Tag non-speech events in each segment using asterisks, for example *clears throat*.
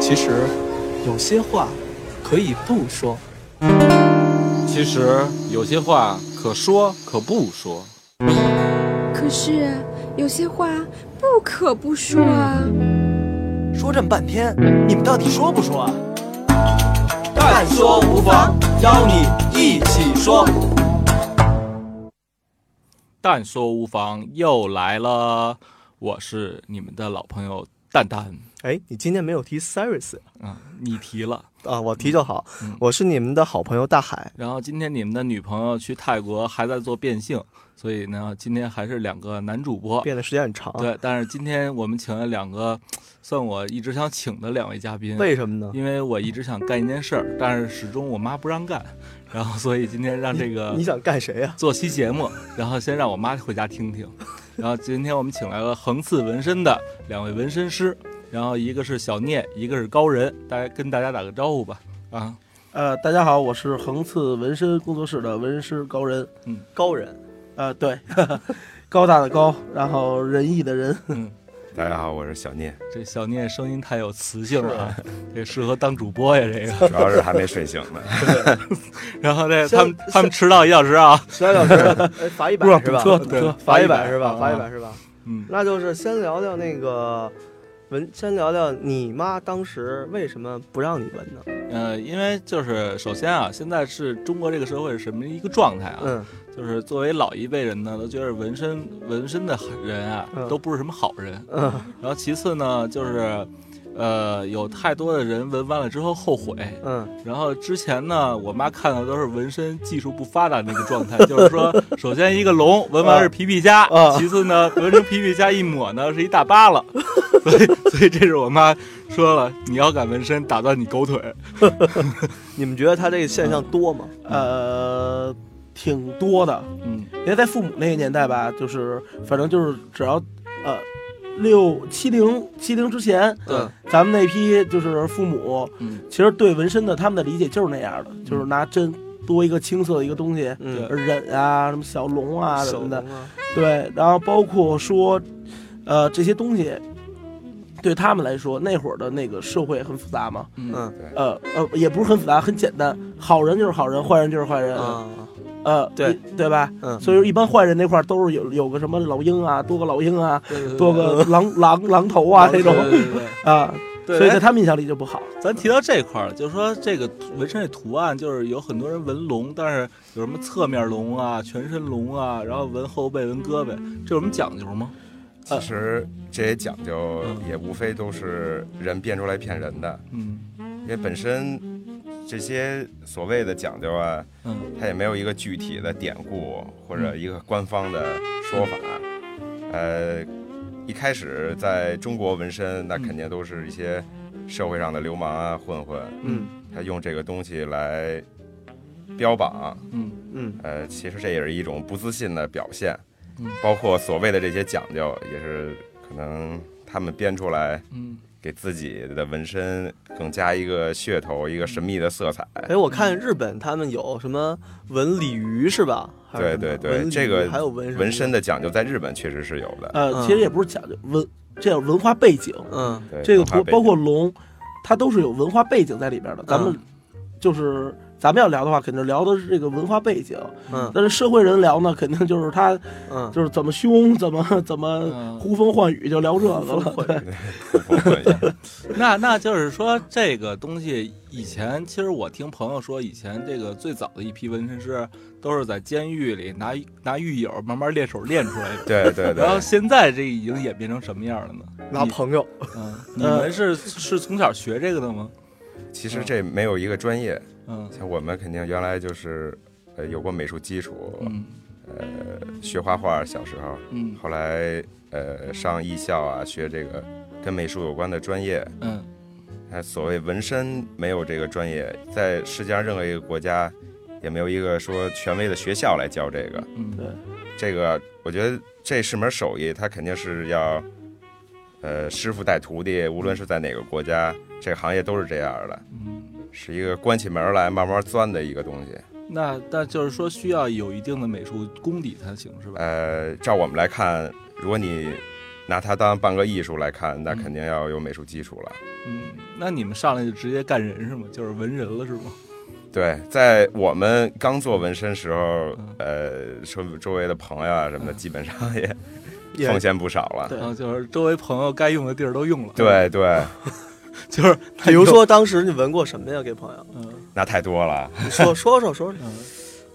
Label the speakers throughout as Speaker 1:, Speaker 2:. Speaker 1: 其实，有些话可以不说。
Speaker 2: 其实有些话可说可不说。
Speaker 3: 可是有些话不可不说啊。
Speaker 4: 说这么半天，你们到底说不说啊？
Speaker 5: 但说无妨，邀你一起说。
Speaker 2: 但说无妨，又来了，我是你们的老朋友蛋蛋。
Speaker 4: 哎，你今天没有提 Cyrus
Speaker 2: 啊，你提了。
Speaker 4: 啊，我提就好。
Speaker 6: 嗯
Speaker 4: 我是你们的好朋友大海。
Speaker 2: 然后今天你们的女朋友去泰国还在做变性，所以呢，今天还是两个男主播。
Speaker 4: 变的时间很长，啊
Speaker 2: 对，但是今天我们请了两个，算我一直想请的两位嘉宾。
Speaker 4: 为什么呢？
Speaker 2: 因为我一直想干一件事儿，但是始终我妈不让干，然后所以今天让这
Speaker 6: 呃
Speaker 2: 个
Speaker 4: *laughs* 你想干谁啊呀、
Speaker 2: 做期节目，然后先让我妈回家听听。然后今天我们请来了横刺纹身的两位纹身师，然后一个是小聂，一个是高人，大家跟大家打个招呼吧。啊，
Speaker 6: 呃，大家好，我是横刺纹身工作室的纹身师高人。
Speaker 4: 高人，
Speaker 6: 呃，
Speaker 4: *laughs*
Speaker 6: 对，高大的高，然后仁义的仁。
Speaker 7: 大家好，我是小聂，
Speaker 2: 这小聂声音太有磁性了啊， *laughs* 这适合当主播呀，这个。
Speaker 7: 主要是还没睡醒呢。
Speaker 2: *laughs* 然后这
Speaker 4: 像
Speaker 2: 他们他们迟到一小时啊，
Speaker 4: 小小
Speaker 6: *laughs*
Speaker 4: 师，哎罚一百是吧？
Speaker 6: 车车
Speaker 4: 罚
Speaker 2: 罚
Speaker 4: 一
Speaker 2: 一
Speaker 4: 百
Speaker 2: 百
Speaker 4: 是吧？
Speaker 2: 啊
Speaker 4: 罚一百是吧？
Speaker 2: 嗯，
Speaker 4: 那就是先聊聊那个纹，先聊聊你妈当时为什么不让你纹呢？
Speaker 2: *laughs* 呃，因为就是首先啊，现在是中国这个社会是什么一个状态啊？
Speaker 4: 嗯，
Speaker 2: 就是作为老一辈人呢，都觉得纹身纹身的人啊，
Speaker 4: 嗯
Speaker 2: 都不是什么好人。
Speaker 4: 嗯
Speaker 2: 然后其次呢，就是呃，有太多的人纹完了之后后悔。
Speaker 4: 嗯
Speaker 2: 然后之前呢，我妈看到都是纹身技术不发达那个状态，就是说，首先一个龙纹完是皮皮虾，
Speaker 4: 啊
Speaker 2: 其次呢，纹成皮皮虾一抹呢是一大疤了，所以所以这是我妈说了，你要敢纹身，打断你狗腿。
Speaker 4: 你们觉得他这个
Speaker 6: 啊
Speaker 4: 现象多吗？
Speaker 6: 呃，挺多的，
Speaker 2: 嗯
Speaker 6: 因为在父母那个年代吧，就是反正就是只要呃六七零七零之前，
Speaker 4: 嗯
Speaker 6: 咱们那批就是父母，
Speaker 2: 嗯
Speaker 6: 其实对纹身的他们的理解就是那样的，就是拿针多一个青色的一个东西，
Speaker 4: 嗯，
Speaker 6: 忍啊，什么小龙啊什
Speaker 4: 手
Speaker 6: 么的，
Speaker 4: 工啊
Speaker 6: 对，然后包括说，呃，这些东西对他们来说，那会儿的那个社会很复杂嘛，
Speaker 4: 嗯
Speaker 6: 呃呃，也不是很复杂，很简单，好人就是好人，坏人就是坏人，
Speaker 4: 啊
Speaker 6: 呃，
Speaker 4: 对
Speaker 6: 一对吧？
Speaker 4: 嗯
Speaker 6: 所以说一般坏人那块儿都是有有个什么老鹰啊，多个老鹰啊，
Speaker 2: 多
Speaker 6: 多个狼狼狼头啊这种啊，所以在
Speaker 2: 咱
Speaker 6: 他们印象里就不好。
Speaker 2: 哎咱提到这块儿，就是说这个纹身这图案，就是有很多人纹龙，但是有什么侧面龙啊、全身龙啊，然后纹后背、纹胳膊，这有什么讲究吗？
Speaker 7: 其实这些讲究也无非都是人变出来骗人的，
Speaker 2: 嗯
Speaker 7: 因为本身这些所谓的讲究啊，
Speaker 2: 嗯
Speaker 7: 它也没有一个具体的典故或者一个官方的说法。呃，一开始在中国纹身，那肯定都是一些社会上的流氓啊、混混，
Speaker 4: 嗯
Speaker 7: 他用这个东西来标榜，
Speaker 2: 嗯
Speaker 4: 嗯
Speaker 7: 呃，其实这也是一种不自信的表现，
Speaker 2: 嗯
Speaker 7: 包括所谓的这些讲究，也是可能他们编出来
Speaker 2: 嗯，
Speaker 7: 给自己的纹身更加一个噱头，一个神秘的色彩。
Speaker 2: 嗯
Speaker 4: 哎，我看日本他们有什么纹鲤鱼是吧？还是
Speaker 7: 对
Speaker 4: 什么
Speaker 7: 对
Speaker 4: 纹
Speaker 7: 对，
Speaker 4: 鲤
Speaker 7: 这个
Speaker 4: 鱼还有纹什么
Speaker 7: 纹身，的讲究在日本确实是有的。
Speaker 6: 呃，
Speaker 4: 嗯
Speaker 6: 其实也不是讲究文，这叫文化背景，
Speaker 4: 嗯
Speaker 2: 呃
Speaker 7: 对
Speaker 6: 这个
Speaker 7: 文化
Speaker 6: 图
Speaker 7: 背
Speaker 6: 包括
Speaker 7: 景
Speaker 6: 龙，它都是有文化背景在里边的。咱们就是咱们要聊的话，肯定聊的是这个文化背景。
Speaker 4: 嗯
Speaker 6: 但是社会人聊呢，肯定就是他
Speaker 4: 嗯，
Speaker 6: 就是怎么凶，怎么怎么
Speaker 2: 嗯
Speaker 6: 呼风唤雨，就聊这个了。对
Speaker 7: 混混也
Speaker 2: *laughs* 那那就是说这个东西以前，其实我听朋友说，以前这个最早的一批纹身师都是在监狱里拿拿狱友慢慢练手练出来的。
Speaker 7: 对 *laughs* 对
Speaker 2: 然后
Speaker 7: 对，
Speaker 2: 现在这已经演变成什么样了呢？
Speaker 4: 拿朋友，
Speaker 2: 嗯，你们是是从小学这个的吗？
Speaker 7: 其实这没有一个专业，
Speaker 2: 嗯
Speaker 7: 像我们肯定原来就是。呃，有过美术基础，
Speaker 2: 嗯
Speaker 7: 呃，学画画，小时候，
Speaker 2: 嗯
Speaker 7: 后来呃上艺校啊，学这个跟美术有关的专业。
Speaker 2: 嗯
Speaker 7: 哎，所谓纹身没有这个专业，在世界上任何一个国家也没有一个说权威的学校来教这个。
Speaker 2: 嗯
Speaker 7: 这个我觉得这是门手艺，它肯定是要呃师傅带徒弟，无论是在哪个国家，这个行业都是这样的，
Speaker 2: 嗯。
Speaker 7: 是一个关起门来慢慢钻的一个东西。
Speaker 2: 那那就是说需要有一定的美术功底才行，是吧？
Speaker 7: 呃，照我们来看，如果你拿它当半个艺术来看，那肯定要有美术基础了。
Speaker 2: 嗯，那你们上来就直接干人是吗？就是文人了是吗？
Speaker 7: 对，在我们刚做纹身时候
Speaker 2: 嗯，
Speaker 7: 呃，周周围的朋友啊什么的，基本上也
Speaker 4: 也
Speaker 7: 奉献不少了。
Speaker 6: 对
Speaker 2: 然后啊就是周围朋友该用的地儿都用了，，
Speaker 7: 对对，
Speaker 2: *laughs* 就是
Speaker 4: *laughs* 比如说当时你纹过什么呀？给朋友，
Speaker 2: 嗯
Speaker 7: 那太多了。
Speaker 4: 你说 *laughs* 说说说说，
Speaker 2: 嗯，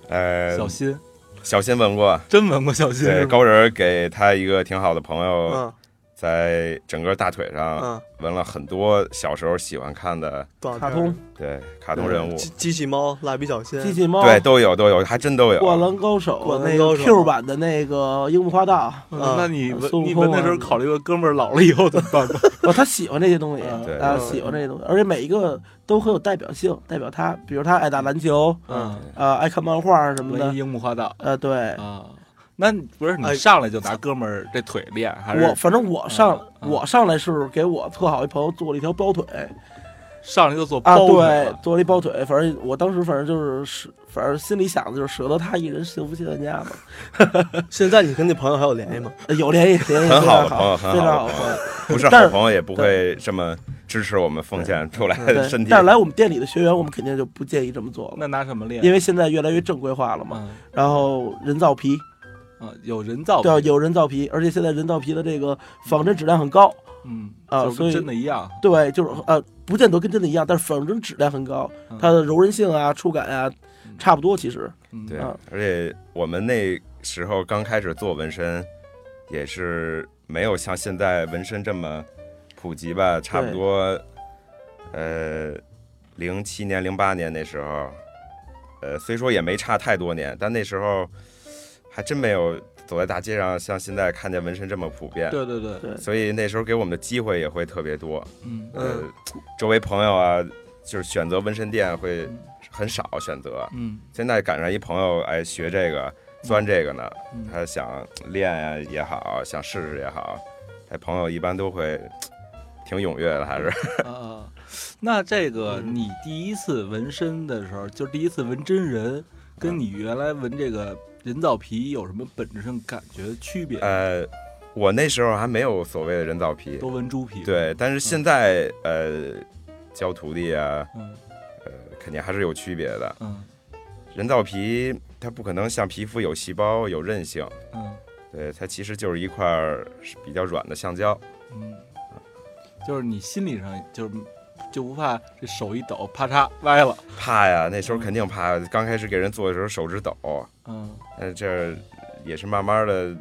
Speaker 7: 呃，
Speaker 2: 小新
Speaker 7: 小新纹过，
Speaker 2: 真闻过小新
Speaker 7: 对，
Speaker 2: 是吧？
Speaker 7: 高人给他一个挺好的朋友，
Speaker 4: 嗯
Speaker 7: 在整个大腿上
Speaker 4: 嗯，
Speaker 7: 纹了很多小时候喜欢看的，
Speaker 4: 多少
Speaker 6: 卡
Speaker 4: 片儿
Speaker 6: 通、
Speaker 7: 对，卡通人物，
Speaker 4: 机机器猫、蜡笔小新，
Speaker 6: 机器猫、
Speaker 7: 对，都有都有，还真都
Speaker 6: 灌
Speaker 7: 有。啊
Speaker 6: 篮高手
Speaker 4: 灌、篮
Speaker 6: 那
Speaker 4: 高
Speaker 6: 个
Speaker 4: 手
Speaker 6: Q 版的那个樱木花道， *laughs*
Speaker 2: 嗯
Speaker 4: 嗯
Speaker 2: 那你闻
Speaker 6: 孙悟
Speaker 2: 你
Speaker 6: 空啊
Speaker 2: 闻的时候考虑过哥们儿老了以后怎么办吗？
Speaker 6: 不，哦他喜欢这些东西，
Speaker 7: 嗯对
Speaker 6: 啊，喜欢这些东西，而且每一个都很有代表性，代表他，比如他爱打篮球，
Speaker 4: 嗯，
Speaker 6: 呃，爱看漫画什么
Speaker 2: 文
Speaker 6: 的
Speaker 2: 艺，樱木花道
Speaker 6: 呃，对
Speaker 2: 啊，嗯那你不是你
Speaker 4: 哎
Speaker 2: 上来就拿哥们儿这腿练，还
Speaker 6: 哎我，
Speaker 2: 是
Speaker 6: 反正我上
Speaker 2: 嗯嗯
Speaker 6: 我上来是给我特好一朋友做了一条包腿
Speaker 2: 上来就做
Speaker 6: 啊，
Speaker 2: 包腿
Speaker 6: 对
Speaker 2: 了？，
Speaker 6: *laughs* 做了一包腿，反正我当时反正就是是，反正心里想的就是舍得他一人幸福谢万家嘛，
Speaker 4: *laughs* 现在你跟那朋友还有联系吗？
Speaker 6: 呃有联系，联系
Speaker 7: 很
Speaker 6: 非
Speaker 7: 好的
Speaker 6: 常
Speaker 7: 朋友很
Speaker 6: 非常
Speaker 7: 好
Speaker 6: 好
Speaker 7: 的朋
Speaker 6: 的朋
Speaker 7: 友
Speaker 6: 友，
Speaker 7: 不是
Speaker 6: 但是
Speaker 7: 好朋友也不会这么支持我们奉献出来的身
Speaker 6: 对，
Speaker 7: 体。
Speaker 6: 但是来我们店里的学员，我们肯定就不建议这么做了，
Speaker 2: 那拿什么练？
Speaker 6: 因为现在越来越正规化了嘛，
Speaker 2: 嗯
Speaker 6: 然后人造皮。
Speaker 2: 啊，有人造
Speaker 6: 对啊，
Speaker 2: 皮，
Speaker 6: 有人造皮，而且现在人造皮的这个仿真质量很高。
Speaker 2: 嗯，
Speaker 6: 啊
Speaker 2: 就是
Speaker 6: 所
Speaker 2: 跟
Speaker 6: 以
Speaker 2: 真的一样，
Speaker 6: 对，就是呃，不见得跟真的一样，但是仿真质量很高，
Speaker 2: 嗯
Speaker 6: 它的柔韧性啊、触感啊，差不多。其实
Speaker 2: 嗯
Speaker 7: 对
Speaker 6: 嗯，
Speaker 7: 而且我们那时候刚开始做纹身，也是没有像现在纹身这么普及吧，差不多，呃，零七年、零八年那时候，呃，虽说也没差太多年，但那时候还真没有走在大街上像现在看见纹身这么普遍。
Speaker 2: 对对对，
Speaker 6: 对
Speaker 7: 所以那时候给我们的机会也会特别多，
Speaker 2: 嗯
Speaker 7: 呃，周围朋友啊，就是选择纹身店会很少选择，
Speaker 2: 嗯
Speaker 7: 现在赶上一朋友哎学这个钻这个呢，
Speaker 2: 嗯
Speaker 7: 他想练呀也好，想试试也好，哎，朋友一般都会挺踊跃的，还是
Speaker 2: 啊 *laughs* 啊，那这个你第一次纹身的时候，就第一次纹真人，跟你原来纹这个人造皮有什么本质上感觉区别？
Speaker 7: 呃，我那时候还没有所谓的人造皮
Speaker 2: 都，纹猪皮，，
Speaker 7: 对，但是现在呃教徒弟啊，
Speaker 2: 嗯
Speaker 7: 呃，肯定还是有区别的。
Speaker 2: 嗯
Speaker 7: 人造皮它不可能像皮肤有细胞有韧性，
Speaker 2: 嗯
Speaker 7: 对，它其实就是一块儿比较软的橡胶，
Speaker 2: 嗯，就是你心理上就是就不怕这手一抖，啪嚓歪了，
Speaker 7: 怕呀，那时候肯定怕，刚开始给人做的时候手指抖。
Speaker 2: 嗯
Speaker 7: 但呃是这儿也是慢慢的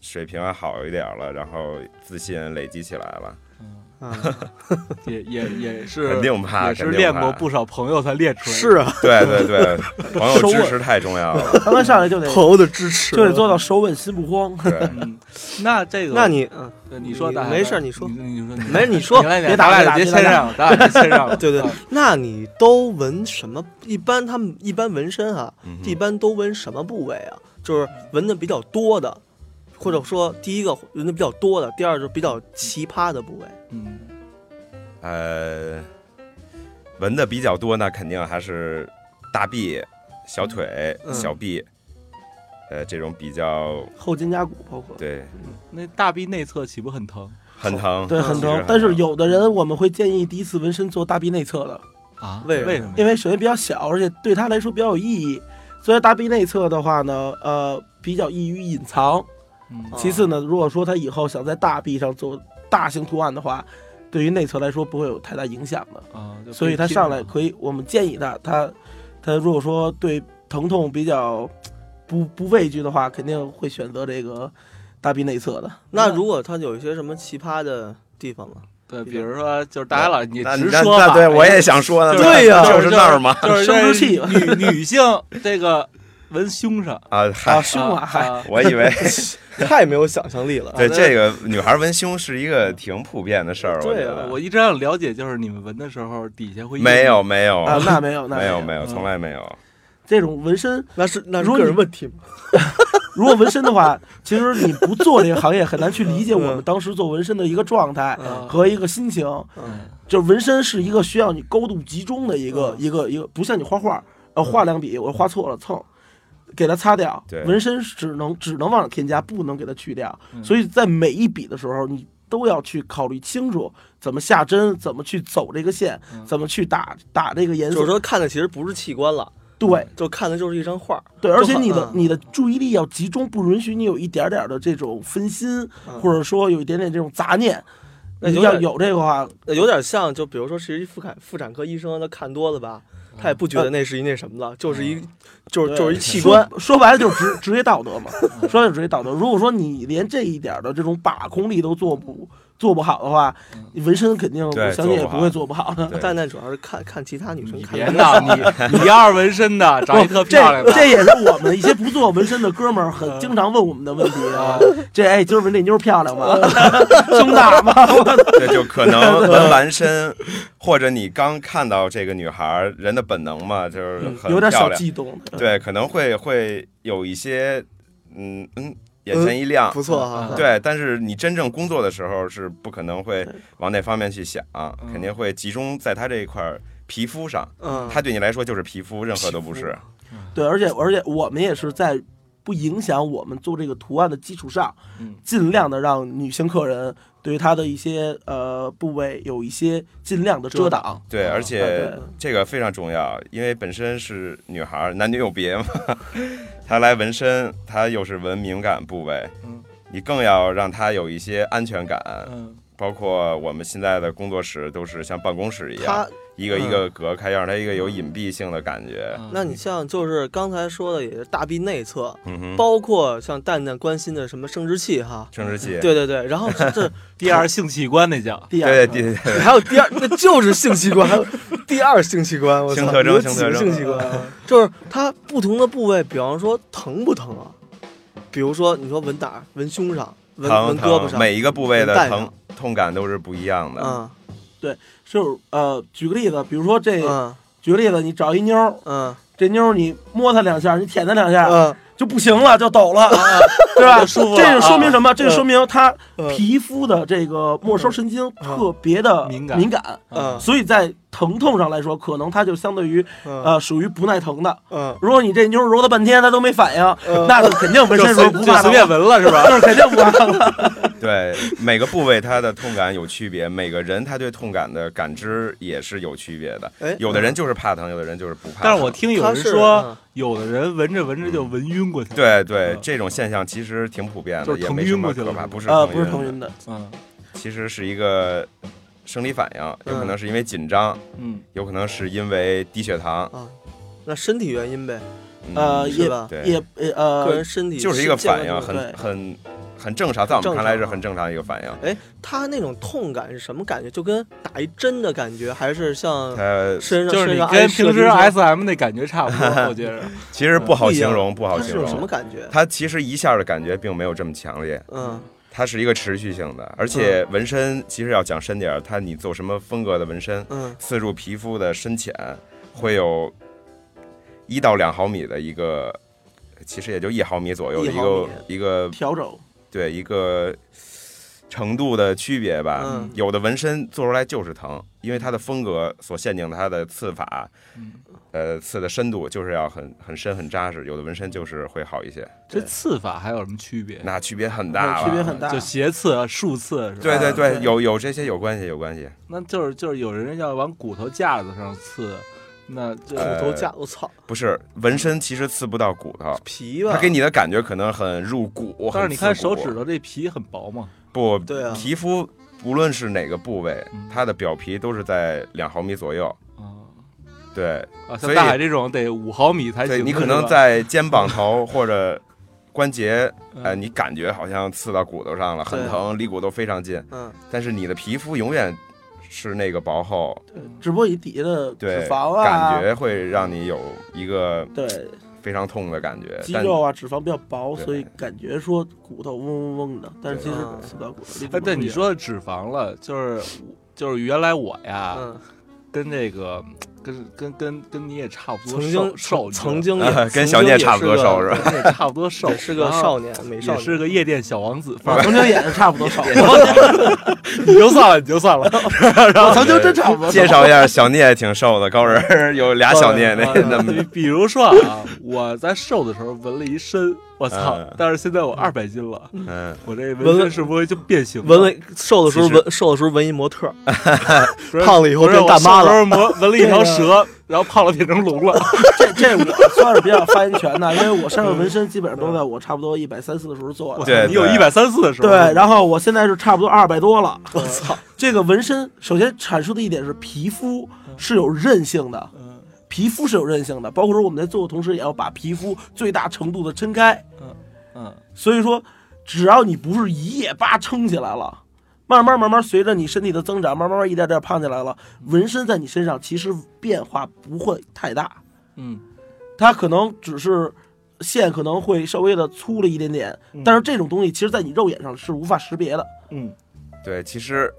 Speaker 7: 水平好一点了，然后自信累积起来了，
Speaker 2: 嗯，
Speaker 4: 嗯，
Speaker 2: 也也也是
Speaker 7: *laughs* 肯定怕，
Speaker 2: 也
Speaker 7: 肯
Speaker 2: 是
Speaker 7: 定
Speaker 2: 练
Speaker 7: 怕
Speaker 2: 过不少朋友才练出来的，
Speaker 4: 是啊，
Speaker 7: 对对 *laughs* 对，朋友支持太重要 *laughs* 了。
Speaker 6: 刚刚上来就得
Speaker 4: 朋友的支持，
Speaker 6: 就得做到手稳心不慌，
Speaker 7: 对，
Speaker 2: 嗯，那这个
Speaker 4: 那你嗯，
Speaker 2: 对呃你说
Speaker 4: 你
Speaker 2: 大海
Speaker 4: 没
Speaker 2: 白
Speaker 4: 事你说
Speaker 2: 你你说，
Speaker 4: 没事
Speaker 2: *laughs*
Speaker 4: 你说
Speaker 2: 来
Speaker 6: 别
Speaker 2: 咱
Speaker 6: 打
Speaker 2: 俩别
Speaker 6: 别打别
Speaker 2: 谦
Speaker 6: 打
Speaker 2: 让，
Speaker 6: *laughs*
Speaker 2: 咱俩别谦让了，
Speaker 4: *laughs* 对对
Speaker 2: 啊，
Speaker 4: 那你都纹什么？一般他们一般纹身啊，
Speaker 7: 嗯
Speaker 4: 一般都纹什么部位啊？就是纹的比较多的，或者说第一个纹的比较多的，第二就是比较奇葩的部位。
Speaker 2: 嗯。
Speaker 7: 呃，纹的比较多，那肯定还是大臂、小腿、
Speaker 4: 嗯
Speaker 7: 小臂，呃，这种比较
Speaker 6: 后肩胛骨包括
Speaker 7: 对
Speaker 2: 那大臂内侧岂不很疼
Speaker 7: 很疼，
Speaker 6: 对很
Speaker 7: 其实
Speaker 6: 疼。但是有的人我们会建议第一次纹身做大臂内侧的，
Speaker 2: 啊
Speaker 4: 为
Speaker 2: 为
Speaker 4: 什
Speaker 2: 什么？
Speaker 6: 因为首先比较小，而且对他来说比较有意义。所以大臂内侧的话呢，呃，比较易于隐藏，
Speaker 2: 嗯
Speaker 4: 啊
Speaker 6: 其次呢，如果说他以后想在大臂上做大型图案的话，对于内侧来说不会有太大影响的。
Speaker 2: 啊，就
Speaker 6: 嗯所以他
Speaker 2: 可拼
Speaker 6: 上来
Speaker 2: 了
Speaker 6: 可以，我们建议他，他他如果说对疼痛比较不不畏惧的话，肯定会选择这个大臂内侧的。
Speaker 4: 那如果他有一些什么奇葩的地方啊呢？
Speaker 2: 对，比如说就是大家老你
Speaker 7: 那
Speaker 2: 直
Speaker 7: 那
Speaker 2: 说
Speaker 7: 那
Speaker 2: 吧，
Speaker 7: 对
Speaker 2: 哎
Speaker 7: 我也想说呢，
Speaker 2: 就是
Speaker 4: 对呀
Speaker 7: 就是那儿嘛，
Speaker 2: 就是
Speaker 6: 生殖器
Speaker 2: 这女女性这个纹胸上，
Speaker 7: 啊，
Speaker 6: 啊，
Speaker 7: 嗨，
Speaker 6: *laughs* 胸啊，还
Speaker 2: 啊
Speaker 7: 我 *laughs* 以为
Speaker 4: *laughs* 太没有想象力了。
Speaker 7: 对
Speaker 2: 那
Speaker 7: 这个女孩纹胸是一个挺普遍的事儿，我觉
Speaker 4: 对啊
Speaker 7: 得。
Speaker 2: 我一直想了解，就是你们纹的时候底下会
Speaker 7: 没有没有
Speaker 6: 啊，
Speaker 7: *laughs*
Speaker 6: 那没有，那
Speaker 7: 哦没有没
Speaker 6: 有。
Speaker 7: 有，从来没有。
Speaker 6: 这种纹身，
Speaker 4: *laughs* 那是那是
Speaker 6: 如果
Speaker 4: 个
Speaker 6: 你
Speaker 4: 人问题嘛。
Speaker 6: 如果纹身的话，其实你不做这个行业，很难去理解我们当时做纹身的一个状态
Speaker 4: 嗯
Speaker 6: 和一个心情。
Speaker 4: 嗯
Speaker 6: 就是纹身是一个需要你高度集中的一
Speaker 4: 嗯
Speaker 6: 个、一个一个，不像你画画，呃，画两笔我画错了蹭，给它擦掉
Speaker 7: 对，
Speaker 6: 纹身只能只能往上添加，不能给它去掉。
Speaker 2: 嗯
Speaker 6: 所以在每一笔的时候，你都要去考虑清楚怎么下针，怎么去走这个线，
Speaker 2: 嗯
Speaker 6: 怎么去打打这个颜
Speaker 4: 就是
Speaker 6: 色。
Speaker 4: 说看的其实不是器官了，
Speaker 6: 对
Speaker 4: 就看的就是一张画儿，
Speaker 6: 对，
Speaker 4: 就
Speaker 6: 而且
Speaker 4: 很
Speaker 6: 你的
Speaker 4: 嗯
Speaker 6: 你的注意力要集中，不允许你有一点点的这种分心，
Speaker 4: 嗯
Speaker 6: 或者说有一点点这种杂念。
Speaker 4: 那有
Speaker 6: 要
Speaker 4: 点
Speaker 6: 有这个话，
Speaker 4: 呃有点像，就比如说是一妇产妇产科医生，他看多了吧，他也不觉得那是一那什么了，就是一就是就是一器官。
Speaker 6: 说说白了就是职职业道德嘛，说白了就是职业道德。如果说你连这一点的这种把控力都做不做不好的话，
Speaker 4: 嗯
Speaker 6: 你纹身肯定
Speaker 7: 对
Speaker 6: 我相信也
Speaker 7: 做不好
Speaker 6: 不会做不好的。
Speaker 7: 对
Speaker 4: 蛋蛋主要是看看其他女生
Speaker 2: 你
Speaker 4: 看
Speaker 2: 别
Speaker 4: 的，
Speaker 2: 闹，
Speaker 6: *laughs*
Speaker 2: 你你要是纹身的，长一特
Speaker 6: 这
Speaker 2: 漂亮的，
Speaker 6: 这也是我们一些不做纹身的哥们儿
Speaker 4: 嗯
Speaker 6: 很经常问我们的问题啊。这哎，今儿纹这妞儿漂
Speaker 4: *laughs*
Speaker 6: 亮吗？胸大吗？
Speaker 7: 这就可能纹完身，或者你刚看到这个女孩儿，人的本能嘛，就是很
Speaker 6: 有点
Speaker 7: 漂
Speaker 6: 小
Speaker 7: 亮，
Speaker 6: 悸动。，
Speaker 7: 对，可能会会有一些，嗯嗯，眼前一亮，
Speaker 4: 不错哈。
Speaker 7: 对，但是你真正工作的时候是不可能会往那方面去想，肯定会集中在他这一块儿皮肤上。
Speaker 4: 嗯，
Speaker 7: 它对你来说就是皮肤，任何都不是。
Speaker 6: 对，而且而且我们也是在不影响我们做这个图案的基础上，
Speaker 2: 嗯
Speaker 6: 尽量的让女性客人对于她的一些呃部位有一些尽量的遮挡。
Speaker 4: 哦
Speaker 7: 对，而且
Speaker 6: 对
Speaker 7: 这个非常重要，因为本身是女孩儿，男女有
Speaker 4: *laughs*
Speaker 7: 别嘛。她来纹身，她又是纹敏感部位
Speaker 2: 嗯，
Speaker 7: 你更要让她有一些安全感。
Speaker 2: 嗯，
Speaker 7: 包括我们现在的工作室都是像办公室一样
Speaker 4: 他，
Speaker 7: 一个一
Speaker 4: 嗯
Speaker 7: 个隔开，要让它一个有隐蔽性的感觉。
Speaker 2: 嗯
Speaker 4: 那你像就是刚才说的也是大臂内侧，
Speaker 7: 嗯哼，
Speaker 4: 包括像蛋蛋关心的什么生殖器哈，
Speaker 7: 生殖器，
Speaker 4: 对对对，然后
Speaker 7: *laughs*
Speaker 4: 这这
Speaker 2: 第二性器官那叫
Speaker 6: 第二
Speaker 7: 对，对对，
Speaker 4: 还有第二，那就是
Speaker 6: *laughs*
Speaker 4: 性器
Speaker 7: *laughs*
Speaker 4: 官，第二性器官，我操，
Speaker 7: 性特征
Speaker 4: 有几
Speaker 7: 性特
Speaker 4: 个
Speaker 7: 征嗯
Speaker 4: 性器官，啊就是它不同的部位，比方说疼不疼啊？比如说你说纹哪儿？纹胸上， *laughs* 纹
Speaker 7: 疼
Speaker 4: 纹胳膊
Speaker 7: 疼，
Speaker 4: 上，
Speaker 7: 每一个部位的
Speaker 4: 纹带
Speaker 7: 疼
Speaker 4: 上
Speaker 7: 痛感都是不一样的。
Speaker 4: 嗯
Speaker 6: 就是呃，举个例子，比如说这，
Speaker 4: 嗯
Speaker 6: 举个例子，你找一妞儿，
Speaker 4: 嗯
Speaker 6: 这妞儿你摸她两下，你舔她两下、
Speaker 4: 嗯
Speaker 6: 就不行了，就
Speaker 4: *laughs*
Speaker 6: 抖了，对吧？
Speaker 2: 舒服了
Speaker 6: 这就说明
Speaker 2: 啊
Speaker 6: 什么？这就说明她
Speaker 4: 嗯
Speaker 6: 皮肤的这个末梢神经特别的
Speaker 2: 敏感
Speaker 6: 敏感，
Speaker 4: 嗯
Speaker 6: 所以在疼痛上来说，可能它就相对于
Speaker 4: 嗯
Speaker 6: 呃属于不耐疼的。
Speaker 4: 嗯，
Speaker 6: 如果你这妞揉它半天，它都没反应，
Speaker 4: 嗯
Speaker 6: *laughs* 那肯定纹身时候不怕
Speaker 2: 就随便纹了是吧？
Speaker 6: *laughs* 就是肯定不怕疼了。
Speaker 7: 对，每个部位它的痛感有区别，每个人他对痛感的感知也是有区别的。
Speaker 4: 哎，
Speaker 7: 有的人就是怕疼，有的人就是不怕疼。
Speaker 2: 但是我听有
Speaker 4: 他
Speaker 2: 人
Speaker 4: 是
Speaker 2: 说，
Speaker 4: 嗯
Speaker 2: 有的人闻着闻着就闻晕过去了。，
Speaker 7: 对对
Speaker 2: 嗯，
Speaker 7: 这种现象其实挺普遍
Speaker 2: 就
Speaker 7: 的，
Speaker 2: 是
Speaker 7: 也
Speaker 2: 疼
Speaker 7: 没什
Speaker 2: 晕
Speaker 7: 么
Speaker 2: 过去
Speaker 7: 可
Speaker 2: 了
Speaker 7: 怕，
Speaker 2: 是
Speaker 7: 不是
Speaker 6: 呃，
Speaker 4: 啊
Speaker 6: 不是
Speaker 7: 疼
Speaker 6: 疼
Speaker 7: 晕
Speaker 6: 晕的，
Speaker 2: 嗯
Speaker 7: 其实是一个生理反应，有可
Speaker 4: 嗯
Speaker 7: 能是因为紧张，
Speaker 2: 嗯，
Speaker 7: 有可能是因为低血糖，
Speaker 4: 啊，那身体原因呗，
Speaker 7: 嗯
Speaker 6: 呃，
Speaker 4: 是
Speaker 6: 也
Speaker 4: 吧？
Speaker 7: 对
Speaker 6: 也也呃
Speaker 4: 个人身体
Speaker 7: 就是一个
Speaker 4: 健康
Speaker 7: 反应，
Speaker 4: 的
Speaker 7: 啊很
Speaker 6: 对
Speaker 7: 很很正常，在我们
Speaker 4: 正
Speaker 7: 看来
Speaker 4: 常
Speaker 7: 是
Speaker 4: 啊
Speaker 7: 很正常的一个反应。
Speaker 4: 他那种痛感是什么感觉？就跟打一针的感觉，还是像
Speaker 7: 它
Speaker 4: 身上
Speaker 2: 就是
Speaker 4: 身
Speaker 2: 你
Speaker 4: 上挨
Speaker 2: 跟
Speaker 4: 射
Speaker 2: 平时
Speaker 4: 钉上
Speaker 2: S M 那感觉差不
Speaker 7: *laughs*
Speaker 2: 多，我觉着。
Speaker 7: 其实不好
Speaker 4: 不一
Speaker 7: 形
Speaker 4: 样
Speaker 7: 容，不好
Speaker 4: 它
Speaker 7: 形
Speaker 4: 是有什么
Speaker 7: 容。
Speaker 4: 感觉？
Speaker 7: 它其实一下的感觉并没有这么强烈，
Speaker 4: 嗯
Speaker 7: 它是一个持续性的，而且纹身其实要讲深点儿，它你做什么风格的纹身，
Speaker 4: 嗯
Speaker 7: 刺入皮肤的深浅会有一到两毫米的一个，其实也就一毫米左右的
Speaker 4: 一
Speaker 7: 一
Speaker 4: 毫
Speaker 7: 个
Speaker 4: 米
Speaker 7: 一个
Speaker 6: 调整。
Speaker 7: 对一个程度的区别吧。
Speaker 4: 嗯
Speaker 7: 有的纹身做出来就是疼，因为它的风格所限定它的刺法，
Speaker 2: 嗯
Speaker 7: 呃，刺的深度就是要很很深很扎实。有的纹身就是会好一些，
Speaker 2: 这刺法还有什么区别？
Speaker 7: 那区别很大了，
Speaker 6: 区别很大
Speaker 2: 啊就斜刺、竖刺是吧？
Speaker 7: 对对对，
Speaker 6: 对
Speaker 7: 有有这些有关系有关系。
Speaker 2: 那就是就是有人要往骨头架子上刺，那就
Speaker 7: 呃
Speaker 4: 骨头架，我操，
Speaker 7: 不是纹身其实刺不到骨头，
Speaker 4: 皮吧？
Speaker 7: 它给你的感觉可能很入骨，
Speaker 2: 但是
Speaker 7: 很
Speaker 2: 你看
Speaker 7: 刺骨
Speaker 2: 手指头这皮很薄嘛，
Speaker 7: 不，
Speaker 4: 对啊
Speaker 7: 皮肤无论是哪个部位
Speaker 2: 嗯，
Speaker 7: 它的表皮都是在两毫米左右。
Speaker 2: 啊
Speaker 7: 对，
Speaker 2: 啊，
Speaker 7: 所
Speaker 2: 像
Speaker 7: 以
Speaker 2: 大海这种得五毫米才
Speaker 7: 对
Speaker 2: 行。
Speaker 7: 你可
Speaker 2: 是
Speaker 7: 能
Speaker 2: 吧
Speaker 7: 在肩膀头或者关节，呃，
Speaker 2: 嗯
Speaker 7: 你感觉好像刺到骨头上了，很
Speaker 4: 对
Speaker 7: 疼，离骨头非常近。
Speaker 4: 嗯，
Speaker 7: 但是你的皮肤永远是那个薄厚，
Speaker 6: 只不过你底下的脂
Speaker 7: 对，
Speaker 6: 肪啊，
Speaker 7: 感觉会让你有一个
Speaker 6: 对
Speaker 7: 非常痛的感觉。
Speaker 6: 肌
Speaker 7: 但
Speaker 6: 肉啊、脂肪比较薄，
Speaker 7: 对
Speaker 6: 所以感觉说骨头嗡嗡嗡的，但是其实
Speaker 4: 对
Speaker 6: 刺不到骨头。离骨头
Speaker 2: 哎，对
Speaker 6: 不
Speaker 2: 你
Speaker 6: 远
Speaker 2: 说的脂肪了，就是就是原来我呀，
Speaker 4: 嗯
Speaker 2: 跟这个嗯跟跟跟跟你也差不多
Speaker 4: 曾
Speaker 2: 瘦
Speaker 4: 经
Speaker 2: 瘦，
Speaker 4: 曾
Speaker 2: 你知
Speaker 4: *laughs* 经也
Speaker 7: 跟小聂差不多瘦
Speaker 4: 是吧？
Speaker 7: 是
Speaker 4: *laughs*
Speaker 2: 道吗
Speaker 7: 吧？
Speaker 2: 你也差不多瘦，
Speaker 4: 也是个
Speaker 2: 然后
Speaker 4: 少年，美少
Speaker 2: 啊也
Speaker 4: 年。
Speaker 2: 是个
Speaker 4: *laughs*
Speaker 2: 夜店小王子范
Speaker 6: 我
Speaker 2: 儿。
Speaker 6: 曾经也是差不
Speaker 2: *laughs*
Speaker 6: 多少，
Speaker 2: 你就算了，你就算
Speaker 4: *laughs*
Speaker 2: 了。 *laughs*
Speaker 6: 我曾经真差 *laughs* 不多少
Speaker 7: 介。绍一下，小聂挺瘦的，高人儿有俩小
Speaker 2: *laughs*
Speaker 7: 聂那那么
Speaker 2: 比比如说啊，我在瘦的时候纹了一身，我操
Speaker 7: 嗯！
Speaker 2: 但是现在我二百斤了，
Speaker 7: 嗯，
Speaker 2: 我这
Speaker 4: 纹
Speaker 2: 纹
Speaker 4: 了
Speaker 2: 身是不是就变形了？
Speaker 4: 纹了瘦的时候
Speaker 7: 其实
Speaker 4: 纹瘦的时候纹一模特儿，
Speaker 2: 不是
Speaker 4: 胖了以后
Speaker 2: 不是
Speaker 4: 变大妈
Speaker 2: 我小
Speaker 4: 了啊
Speaker 2: 时候纹纹了一条
Speaker 4: *laughs*
Speaker 2: 蛇，然后胖了变成龙了。
Speaker 6: 这这我算是比较发言权的，因为我身上纹身基本上都在我差不多一百三四的时候做的。
Speaker 7: 对
Speaker 2: 你有一百三四的时候，
Speaker 6: 对，然后我现在是差不多二百多了。
Speaker 4: 我操！
Speaker 6: 这个纹身首先阐述的一点是，皮肤是有韧性的，
Speaker 2: 嗯
Speaker 6: 皮肤是有韧性的。包括说我们在做的同时，也要把皮肤最大程度的撑开。
Speaker 2: 嗯，
Speaker 6: 所以说，只要你不是一夜吧撑起来了，慢慢慢慢随着你身体的增长，慢慢慢一点点胖起来了，纹身在你身上其实变化不会太大。
Speaker 2: 嗯，
Speaker 6: 它可能只是线可能会稍微的粗了一点点，但是这种东西其实在你肉眼上是无法识别的。
Speaker 7: 对，其实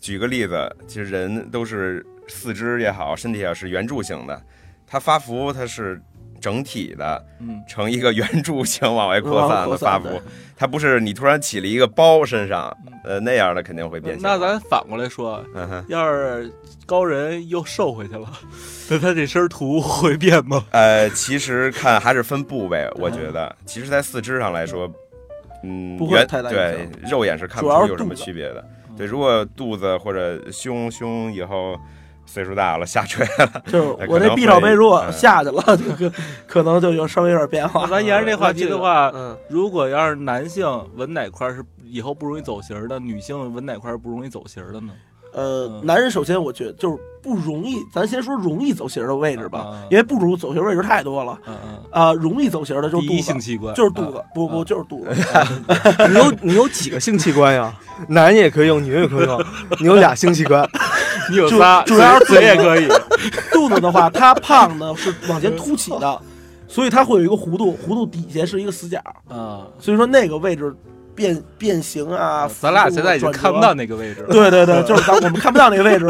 Speaker 7: 举个例子，其实人都是四肢也好，身体也好是圆柱形的，它发福它是整体的，
Speaker 2: 嗯，
Speaker 7: 呈一个圆柱形往外扩散
Speaker 6: 往
Speaker 7: 的
Speaker 6: 外扩
Speaker 7: 发
Speaker 6: 散
Speaker 7: 福，它不是你突然起了一个包身上，呃那样的肯定会变形。
Speaker 2: 那咱反过来说，
Speaker 7: 嗯哼，
Speaker 2: 要是高人又瘦回去了， *laughs* 那他这身图会变吗？
Speaker 7: 呃，其实看还是分部位，我觉得，其实，在四肢上来说，嗯，
Speaker 6: 不会
Speaker 7: 原
Speaker 6: 太大影
Speaker 7: 对，肉眼是看不
Speaker 6: 主要
Speaker 7: 出
Speaker 6: 是
Speaker 7: 有什么
Speaker 6: 肚子
Speaker 7: 区别的。对，如果肚子或者胸胸以后岁数大了下垂了，
Speaker 6: *laughs* 就是我这 B 罩杯如果
Speaker 2: 嗯
Speaker 6: 下去了，这个可能就有稍微有点变
Speaker 2: 啊那
Speaker 6: 化。
Speaker 2: 咱沿着这话题的话，
Speaker 4: 嗯，
Speaker 2: 如果要是男性纹哪块儿是以后不容易走形儿的，女性纹哪块儿不容易走形儿的呢？
Speaker 6: 呃，
Speaker 2: 嗯
Speaker 6: 男人首先我觉得就是不容易，咱先说容易走形的位置吧
Speaker 2: 嗯，
Speaker 6: 因为不如走形位置太多了
Speaker 2: 嗯嗯，
Speaker 6: 啊。容易走形的就是
Speaker 2: 第
Speaker 6: 肚
Speaker 2: 一性
Speaker 6: 子，
Speaker 2: 器官
Speaker 6: 就是肚子
Speaker 2: 啊，
Speaker 6: 不不就是肚子。
Speaker 4: *laughs* 你有你有几个性器官呀？ *laughs* 男人也可以用，女人也可以 *laughs* 用。你有俩性器官，
Speaker 2: *laughs* 你有
Speaker 6: 主
Speaker 2: 仨，
Speaker 6: 主要是
Speaker 2: 嘴也可以。
Speaker 6: 肚子的话，它胖呢是往前凸起
Speaker 2: *laughs*
Speaker 6: 的，所以它会有一个弧度，弧度底下是一个死角，
Speaker 2: *laughs* 啊，
Speaker 6: 所以说那个位置变变形啊，
Speaker 2: 咱俩
Speaker 6: 幅度
Speaker 2: 现在已经
Speaker 6: 转折
Speaker 2: 看不到。那个位 *laughs*
Speaker 7: *laughs*
Speaker 2: 置了。
Speaker 6: 对对
Speaker 7: 嗯
Speaker 6: 对，就是咱我们看不到那个位置，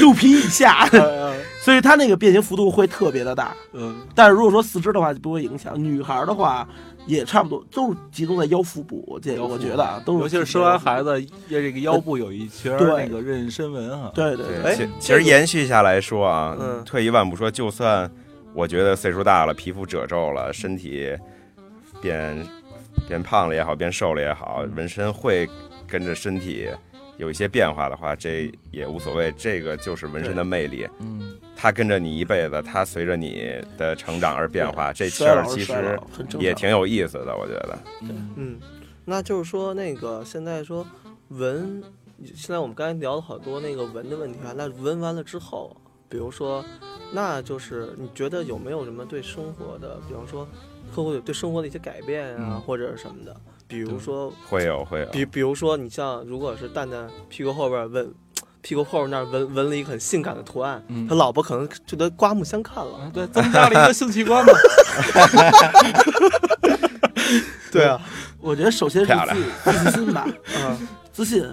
Speaker 6: 肚皮以下，
Speaker 7: 嗯
Speaker 6: *laughs* 所以它那个变形幅度会特别的大。
Speaker 2: 嗯
Speaker 6: 但是如果说四肢的话就不会影响，女孩的话也差不多，都是集中在腰腹部。我这
Speaker 2: 腰腹
Speaker 6: 我觉得啊，都是
Speaker 2: 尤其是生完
Speaker 6: 子。
Speaker 2: 孩子，要这个腰部有一圈儿
Speaker 6: 对
Speaker 2: 那个妊娠纹啊。
Speaker 6: 对对
Speaker 7: 对 *laughs*
Speaker 6: 对，
Speaker 7: 其
Speaker 6: 哎
Speaker 7: 其实延续下来说啊，
Speaker 4: 嗯
Speaker 7: 退一万步说，就算我觉得岁数大了，皮肤褶皱了，身体变变胖了也好，变瘦了也好，嗯纹身会跟着身体有一些变化的话，这也无所谓，这个就是纹身的魅力。
Speaker 2: 嗯，
Speaker 7: 它跟着你一辈子，它随着你的成长而变化，这事
Speaker 6: 衰
Speaker 7: 儿
Speaker 6: 老是
Speaker 7: 其
Speaker 6: 衰
Speaker 7: 实
Speaker 6: 老很正常
Speaker 7: 也挺有意思的，我觉得。
Speaker 2: 嗯
Speaker 4: 嗯，那就是说那个现在说纹，现在我们刚才聊了好多那个纹的问题啊。那纹完了之后，比如说，那就是你觉得有没有什么对生活的，比方说客户有对生活的一些改变啊，
Speaker 2: 嗯
Speaker 4: 或者是什么的？比如说，
Speaker 7: 会有会有，
Speaker 4: 比比如说你像如果是蛋蛋屁股后边儿纹，屁股后边儿那儿纹纹了一个很性感的图案，
Speaker 2: 嗯
Speaker 4: 他老婆可能觉得刮目相看了。
Speaker 2: 啊对，增加了一个性器官嘛。
Speaker 4: 对啊，
Speaker 6: 我觉得首先是
Speaker 7: 漂亮
Speaker 6: 自自信
Speaker 7: *laughs*
Speaker 6: 吧，
Speaker 4: 嗯，
Speaker 6: 自信，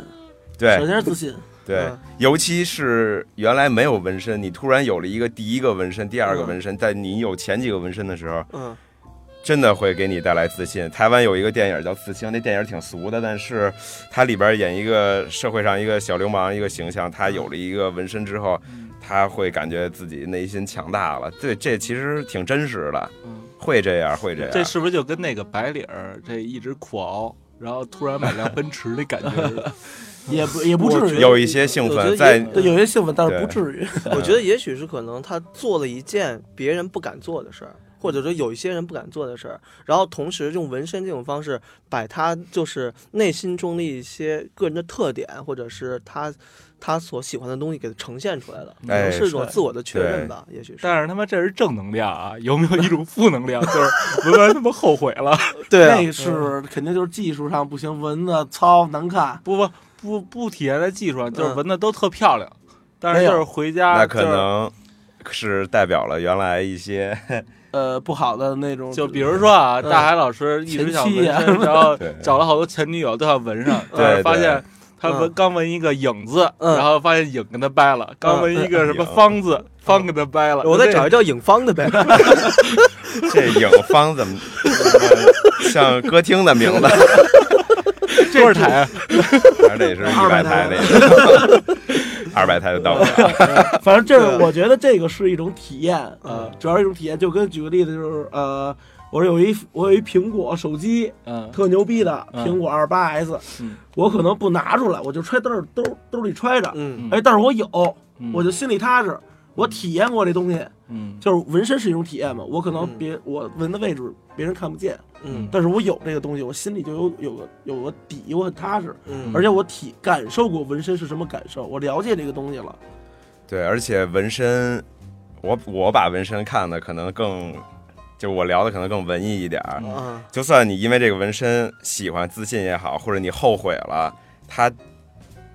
Speaker 7: 对
Speaker 6: 首先是自信。
Speaker 7: 对
Speaker 4: 嗯，
Speaker 7: 尤其是原来没有纹身，你突然有了一个第一个纹身、第二个
Speaker 4: 嗯
Speaker 7: 纹身，在你有前几个纹身的时候，
Speaker 4: 嗯，
Speaker 7: 真的会给你带来自信。台湾有一个电影叫《刺青》，那电影挺俗的，但是它里边演一个社会上一个小流氓一个形象，他有了一个纹身之后，他会感觉自己内心强大了。对，这其实挺真实的，
Speaker 2: 嗯
Speaker 7: 会这样，会这样。
Speaker 2: 这是不是就跟那个白领儿这一直苦熬，然后突然买辆奔驰那感觉 *laughs* 似的？
Speaker 6: 也不也不
Speaker 4: 我
Speaker 6: 至于，
Speaker 7: 有一些
Speaker 4: 我
Speaker 7: 兴
Speaker 4: 觉得
Speaker 7: 奋，在嗯
Speaker 4: 也
Speaker 6: 对，有些兴奋，但是
Speaker 7: 对
Speaker 6: 不至于。
Speaker 4: 我觉得也许是可能他做了一件别人不敢做的事儿，或者说有一些人不敢做的事儿，然后同时用纹身这种方式，把他就是内心中的一些个人的特点，或者是他他所喜欢的东西给它呈现出来了，可
Speaker 7: 哎
Speaker 4: 能是一种自我的确认
Speaker 7: 对
Speaker 4: 吧，也许是。
Speaker 2: 但是他妈这是正能量啊，有没有一种负能量？就是纹完他妈后悔了，
Speaker 4: 对
Speaker 7: 啊
Speaker 6: 那是肯定就是技术上不行，纹的糙难看。
Speaker 2: *laughs* 不不不不体现在技术上，啊就是
Speaker 4: 嗯
Speaker 2: 纹的都特漂亮，但是
Speaker 6: 没有
Speaker 2: 就是回家
Speaker 7: 那可
Speaker 2: 就是
Speaker 7: 能是代表了原来一些
Speaker 6: 呃，不好的那种，
Speaker 2: 就比如说啊，
Speaker 4: 嗯
Speaker 2: 大海老师一直想纹身，
Speaker 6: 前
Speaker 2: *laughs*
Speaker 6: 妻
Speaker 2: 然后
Speaker 7: 对
Speaker 2: 找了好多前女友都想纹上，
Speaker 7: 对
Speaker 2: 但是发现他
Speaker 4: 嗯
Speaker 2: 纹刚纹一个影字，
Speaker 4: 嗯
Speaker 2: 然后发现影跟他掰了；刚纹一个什么
Speaker 7: 嗯
Speaker 2: 方字，方跟他掰了。
Speaker 4: 我再
Speaker 2: 这
Speaker 4: 找一叫影方的呗。
Speaker 7: 这影方怎么呃像歌厅的名字？
Speaker 2: 这多少台啊？
Speaker 7: 反正得是一百台那个，二百台就到不了。
Speaker 6: 反正这
Speaker 4: 对啊
Speaker 6: 是我觉得这个是一种体验呃
Speaker 4: 嗯，
Speaker 6: 主要是一种体验。就跟举个例子，就是呃，我有一我有一苹果手机，
Speaker 2: 嗯，
Speaker 6: 特牛逼的
Speaker 2: 嗯
Speaker 6: 苹果二八 S，
Speaker 2: 嗯
Speaker 6: 我可能不拿出来，我就揣兜兜兜里揣着，
Speaker 4: 嗯
Speaker 6: 哎，但是我有，
Speaker 2: 嗯
Speaker 6: 我就心里踏实。我体验过这东西，
Speaker 2: 嗯
Speaker 6: 就是纹身是一种体验嘛。我可能
Speaker 4: 嗯
Speaker 6: 别我纹的位置别人看不见，
Speaker 4: 嗯
Speaker 6: 但是我有这个东西，我心里就有有个有个底，我很踏实。
Speaker 4: 嗯，
Speaker 6: 而且我体感受过纹身是什么感受，我了解这个东西了。
Speaker 7: 对，而且纹身，我我把纹身看的可能更，就我聊的可能更文艺一点儿。
Speaker 4: 嗯
Speaker 7: 就算你因为这个纹身喜欢自信也好，或者你后悔了，它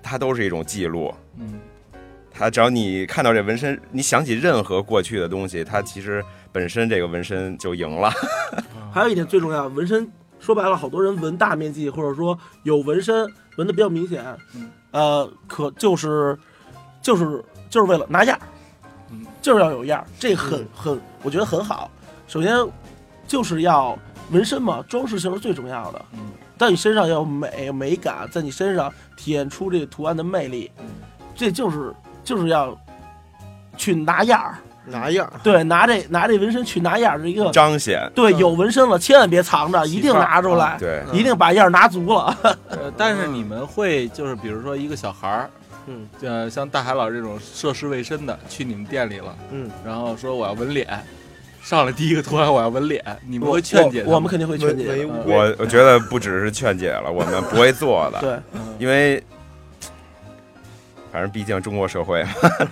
Speaker 7: 它都是一种记录。
Speaker 2: 嗯
Speaker 7: 它只要你看到这纹身，你想起任何过去的东西，它其实本身这个纹身就赢了。
Speaker 6: 还有一点最重要，纹身说白了，好多人纹大面积，或者说有纹身纹的比较明显，
Speaker 2: 嗯
Speaker 6: 呃，可就是就是就是为了拿样儿
Speaker 2: 嗯，
Speaker 6: 就是要有样儿，这很、
Speaker 4: 嗯
Speaker 6: 很，我觉得很好。首先就是要纹身嘛，装饰性是最重要的，
Speaker 2: 嗯
Speaker 6: 在你身上要美美感，在你身上体验出这个图案的魅力，
Speaker 2: 嗯
Speaker 6: 这就是就是要去拿样儿，
Speaker 2: 嗯
Speaker 4: 拿样儿，
Speaker 6: 对，拿这拿这纹身去拿样儿是一个。
Speaker 7: 彰显，
Speaker 6: 对，
Speaker 4: 嗯
Speaker 6: 有纹身了，千万别藏着，一定拿出来，
Speaker 7: 对，
Speaker 4: 嗯
Speaker 6: 一定把样儿拿足了。
Speaker 2: 呃，但是你们会就是比如说一个小孩儿，
Speaker 4: 嗯
Speaker 2: 呃，像大海老师这种涉世未深的，去你们店里了，
Speaker 4: 嗯，
Speaker 2: 然后说我要纹脸，上来第一个图案我要纹脸，你们会劝解他
Speaker 6: 嗯我我们肯定会劝解的。
Speaker 2: 嗯
Speaker 7: 我我觉得不只是劝解了，我们不会做的，
Speaker 6: 对，
Speaker 2: 嗯
Speaker 7: 因为反正毕竟中国社会，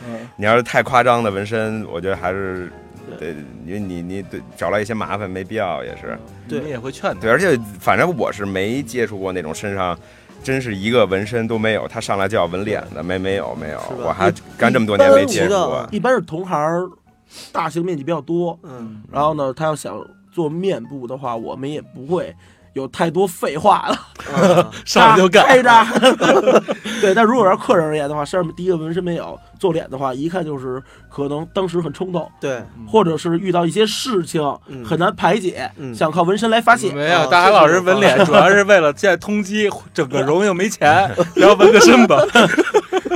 Speaker 2: 嗯
Speaker 7: *laughs* 你要是太夸张的纹身，我觉得还是得因为你你对找来一些麻烦没必要也是
Speaker 2: 嗯你们
Speaker 6: 对
Speaker 2: 也会劝他。
Speaker 7: 对，而且反正我是没接触过那种身上。真是一个纹身都没有，他上来就要纹脸的，没没有没有
Speaker 4: 是吧，
Speaker 7: 我还
Speaker 6: 一
Speaker 7: 干这么多年没接
Speaker 4: 一般
Speaker 7: 触过
Speaker 4: 我，
Speaker 6: 一般是同行儿大型面积比较多，
Speaker 4: 嗯，
Speaker 6: 然后呢，他要想做面部的话，我们也不会有太多废话了，
Speaker 4: 啊
Speaker 2: *laughs* 上来就干
Speaker 6: 开扎。 *laughs* 对，但如果要是客人而言的话，上面第一个纹身没有，做脸的话，一看就是可能当时很冲动，
Speaker 4: 对，啊
Speaker 2: 嗯
Speaker 6: 或者是遇到一些事情
Speaker 4: 嗯
Speaker 6: 很难排解，
Speaker 4: 嗯
Speaker 6: 想靠纹身来发泄。
Speaker 2: 没有，
Speaker 4: 啊
Speaker 2: 大海老师纹脸主要是为了现在通缉，整个荣又没
Speaker 6: *laughs*
Speaker 2: 钱，然后纹个身吧。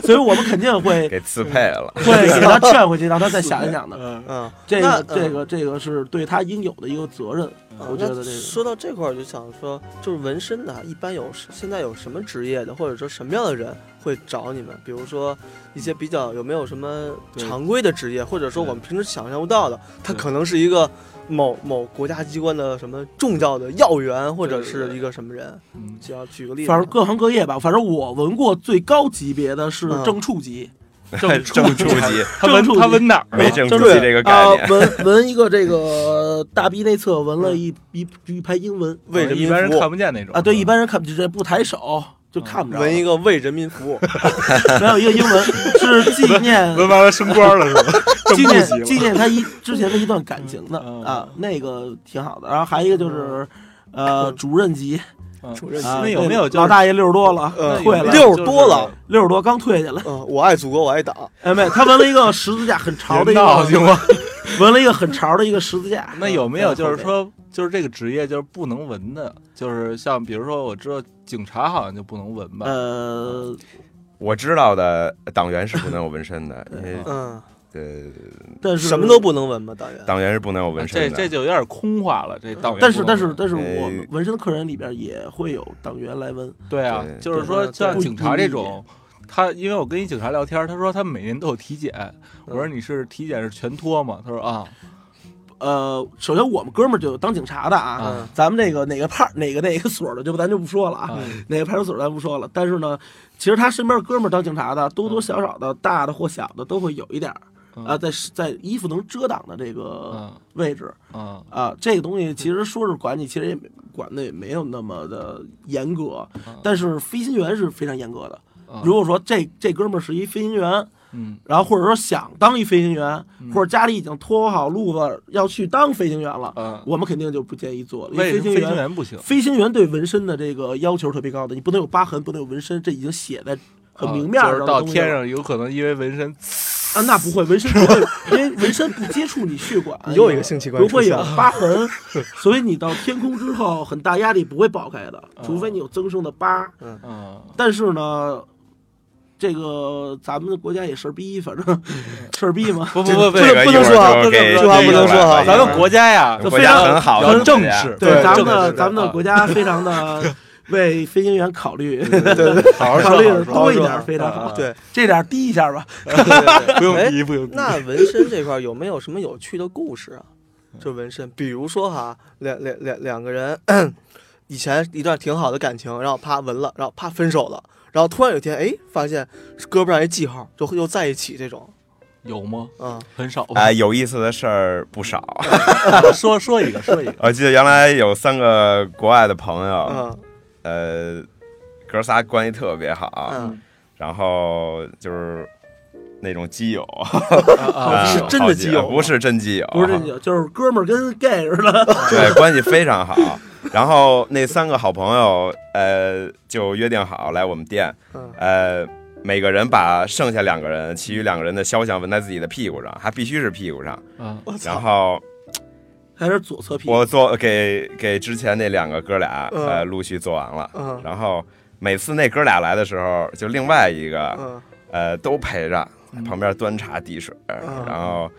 Speaker 6: 所以我们肯定
Speaker 2: *laughs*
Speaker 6: 会
Speaker 7: 给刺配了。
Speaker 6: 会给他劝回去，让他再想一想的。
Speaker 2: 嗯
Speaker 4: 嗯，
Speaker 6: 这
Speaker 4: 那
Speaker 6: 个这个这个是对他应有的一个责任，
Speaker 4: 啊
Speaker 6: 我觉
Speaker 4: 那
Speaker 6: 得这个
Speaker 4: 说到这块儿，就想说，就是纹身的，一般有现在有什么职业的，或者说什么样的人会找你们？比如说一些比较有没有什么
Speaker 2: 对
Speaker 4: 常规的职业，或者说我们平时想象不到的，他
Speaker 2: 对
Speaker 4: 可能是一个某某国家机关的什么重要的要员，或者
Speaker 2: 对对
Speaker 4: 是
Speaker 2: 对
Speaker 4: 一个什么人？
Speaker 2: 嗯
Speaker 4: 只要举个例子，
Speaker 6: 反正各行各业吧，反正我闻过最高级别的是
Speaker 4: 嗯
Speaker 6: 正处级，
Speaker 7: *laughs*
Speaker 2: 正
Speaker 7: 正处级
Speaker 2: 他纹
Speaker 6: 正处级
Speaker 2: 他纹哪儿啊
Speaker 7: 没
Speaker 2: 了？
Speaker 7: 正
Speaker 6: 正
Speaker 7: 处
Speaker 6: 处
Speaker 7: 级这个概
Speaker 6: 啊
Speaker 7: 念，，
Speaker 6: 闻闻一个这个大臂内侧纹了一一一排英文
Speaker 4: 嗯为人
Speaker 2: 嗯一
Speaker 4: 民
Speaker 2: 般
Speaker 4: 服
Speaker 2: 人看
Speaker 4: 务
Speaker 2: 不见那种
Speaker 6: 啊，对，一般人看不这不抬手就看不
Speaker 4: 嗯
Speaker 6: 着，
Speaker 4: 纹一
Speaker 6: 没
Speaker 4: 个为人民服务，
Speaker 6: 有一个
Speaker 4: *laughs*
Speaker 6: 英文是纪念
Speaker 2: 纹完了升官了是吧？
Speaker 6: *laughs* 纪
Speaker 2: 正处级
Speaker 6: 念
Speaker 2: 了
Speaker 6: 纪念他一之前的一段感情的
Speaker 2: 嗯嗯
Speaker 6: 啊，那个挺好的。然后还一个就是呃主任级，
Speaker 2: 嗯
Speaker 4: 主任
Speaker 6: 啊
Speaker 2: 那有没有就是
Speaker 6: 老大爷六十多了
Speaker 4: 呃
Speaker 6: 退了？
Speaker 4: 六十多了，
Speaker 6: 六十多刚退下来。
Speaker 4: 嗯，我爱祖国，我爱党，
Speaker 6: 哎，没，他纹了一个十字架，很潮的一
Speaker 2: 别闹行
Speaker 6: 个，
Speaker 2: 吗？
Speaker 6: 纹了一个很潮的一个十字架。
Speaker 2: *laughs* 那有没
Speaker 7: *laughs*
Speaker 2: 有就是说，就是这个职业就是不能纹的，就是像比如说我知道警察好像就不能纹吧？
Speaker 6: 呃，
Speaker 7: 我知道的党员是不能有纹身的，因为
Speaker 4: 嗯，
Speaker 7: 呃
Speaker 6: 但是
Speaker 4: 什么都，不能纹吗？党员，
Speaker 7: 党员是不能有纹
Speaker 4: 啊
Speaker 2: 这
Speaker 7: 身
Speaker 2: 这
Speaker 7: 的。
Speaker 2: 就有点空话了，这党员不能纹。
Speaker 6: 但是但是但是
Speaker 7: 哎
Speaker 6: 我们纹身的客人里边也会有党员来纹，
Speaker 2: 对啊，
Speaker 7: 对
Speaker 2: 就是
Speaker 4: 对
Speaker 2: 说
Speaker 4: 对
Speaker 2: 像
Speaker 6: 不
Speaker 2: 警察这
Speaker 6: 一
Speaker 2: 种，他因为我跟一警察聊天，他说他每年都有体检，我
Speaker 6: 嗯
Speaker 2: 说你是体检是全脱吗？他说啊，
Speaker 6: 呃，首先我们哥们儿就有当警察的啊，
Speaker 2: 啊
Speaker 4: 嗯
Speaker 6: 咱们这个哪个派哪个哪个所儿的，就不咱就不说了啊，
Speaker 2: 啊
Speaker 6: 哪个派出所咱不说了。但是呢，其实他身边哥们儿当警察的，多多少少的，大的或小的都会有一点儿
Speaker 2: 嗯
Speaker 6: 啊，在在衣服能遮挡的这个
Speaker 2: 啊
Speaker 6: 位置，
Speaker 2: 啊
Speaker 6: 啊，这个东西其实说是管你，其实也没管的也没有那么的严格，但是飞行员是非常严格的。
Speaker 2: 啊
Speaker 6: 如果说这这哥们儿是一飞行员，
Speaker 2: 嗯
Speaker 6: 然后或者说想当一飞行员，
Speaker 2: 嗯
Speaker 6: 或者家里已经拖好路子要去当飞行员了，
Speaker 2: 啊，
Speaker 6: 我们肯定就不建议做，因
Speaker 2: 为什么
Speaker 6: 行
Speaker 2: 飞行
Speaker 6: 员。
Speaker 2: 员不行？
Speaker 6: 飞行员对纹身的这个要求特别高的，你不能有疤痕，不能有纹身，这已经写在很明面
Speaker 2: 啊就
Speaker 6: 上的
Speaker 2: 是到
Speaker 6: 东西
Speaker 2: 天
Speaker 6: 了
Speaker 2: 上有可能因为纹身，
Speaker 6: 啊，那不会纹身不会，因为纹身不接触你血管，
Speaker 4: 你又一个性器官
Speaker 6: 不会有
Speaker 4: 出现了
Speaker 6: 疤痕，所以你到天空之后很大压力不会爆开的，除非你有增生的疤。
Speaker 2: 嗯，
Speaker 6: 但是呢，这个咱们的国家也事儿逼，反正事儿逼嘛，
Speaker 2: 不不不不，
Speaker 7: 这个
Speaker 2: 不
Speaker 7: 一会
Speaker 2: 能
Speaker 7: 儿
Speaker 2: 说啊，
Speaker 7: 就
Speaker 2: 不
Speaker 7: 给
Speaker 2: 能
Speaker 7: 这
Speaker 2: 说
Speaker 7: 个
Speaker 2: 啊，
Speaker 7: 一
Speaker 2: 不
Speaker 7: 会儿
Speaker 2: 能说
Speaker 7: 吧
Speaker 2: 啊，
Speaker 7: 一
Speaker 2: 咱
Speaker 7: 会
Speaker 2: 们
Speaker 7: 儿
Speaker 2: 国家呀，
Speaker 7: 国家很好
Speaker 2: 要
Speaker 7: 的
Speaker 2: 正
Speaker 7: 国家
Speaker 2: 视，
Speaker 6: 对咱
Speaker 2: 正
Speaker 6: 们
Speaker 2: 视
Speaker 6: 的
Speaker 2: 这
Speaker 6: 咱们
Speaker 2: 个
Speaker 6: 的
Speaker 2: 啊
Speaker 6: 国家非
Speaker 2: *laughs*
Speaker 6: 常的为飞行员考虑，
Speaker 2: 好好
Speaker 6: 考虑
Speaker 2: 说，
Speaker 6: 的
Speaker 2: 好好
Speaker 6: 多一
Speaker 2: 说啊
Speaker 6: 点，非常好。
Speaker 4: 对，
Speaker 6: 这点儿低一下吧，
Speaker 2: *laughs* 不用
Speaker 4: 哎
Speaker 2: 提，不用提。
Speaker 4: 那纹身这块儿有没有什么有趣的故事啊？就纹身，比如说哈，两两两两个人 *clears throat* 以前一段挺好的感情，然后啪纹了，然后啪分手了，然后突然有一天，哎，发现胳膊上一记号，就又在一起这种，
Speaker 2: 有吗？
Speaker 4: 嗯，
Speaker 2: 很少吧
Speaker 7: 哎，有意思的事儿不少。
Speaker 2: 啊说说一个，说一个。
Speaker 7: *laughs* 我记得原来有三个国外的朋友，
Speaker 4: 嗯
Speaker 7: 呃，哥仨关系特别好，
Speaker 4: 嗯，
Speaker 7: 然后就是那种基友，
Speaker 2: 啊
Speaker 7: 啊
Speaker 4: 哦是真的基友
Speaker 7: 好不是真基友，
Speaker 6: 不是这就就是哥们儿跟 gay 似的，
Speaker 7: 对，关系非常好。
Speaker 4: *laughs*
Speaker 7: 然后那三个好朋友，呃，就约定好来我们店，
Speaker 4: 嗯
Speaker 7: 呃，每个人把剩下两个人，其余两个人的肖像纹在自己的屁股上，还必须是屁股上。
Speaker 2: 啊
Speaker 4: 我
Speaker 7: 然
Speaker 4: 操，
Speaker 7: 后
Speaker 6: 还是左侧屁股。
Speaker 7: 我做给给之前那两个哥俩，
Speaker 4: 嗯
Speaker 7: 呃，陆续做完了。
Speaker 4: 嗯
Speaker 7: 然后每次那哥俩来的时候，就另外一个，
Speaker 4: 嗯
Speaker 7: 呃，都陪着旁边端茶递水，
Speaker 4: 嗯
Speaker 7: 然后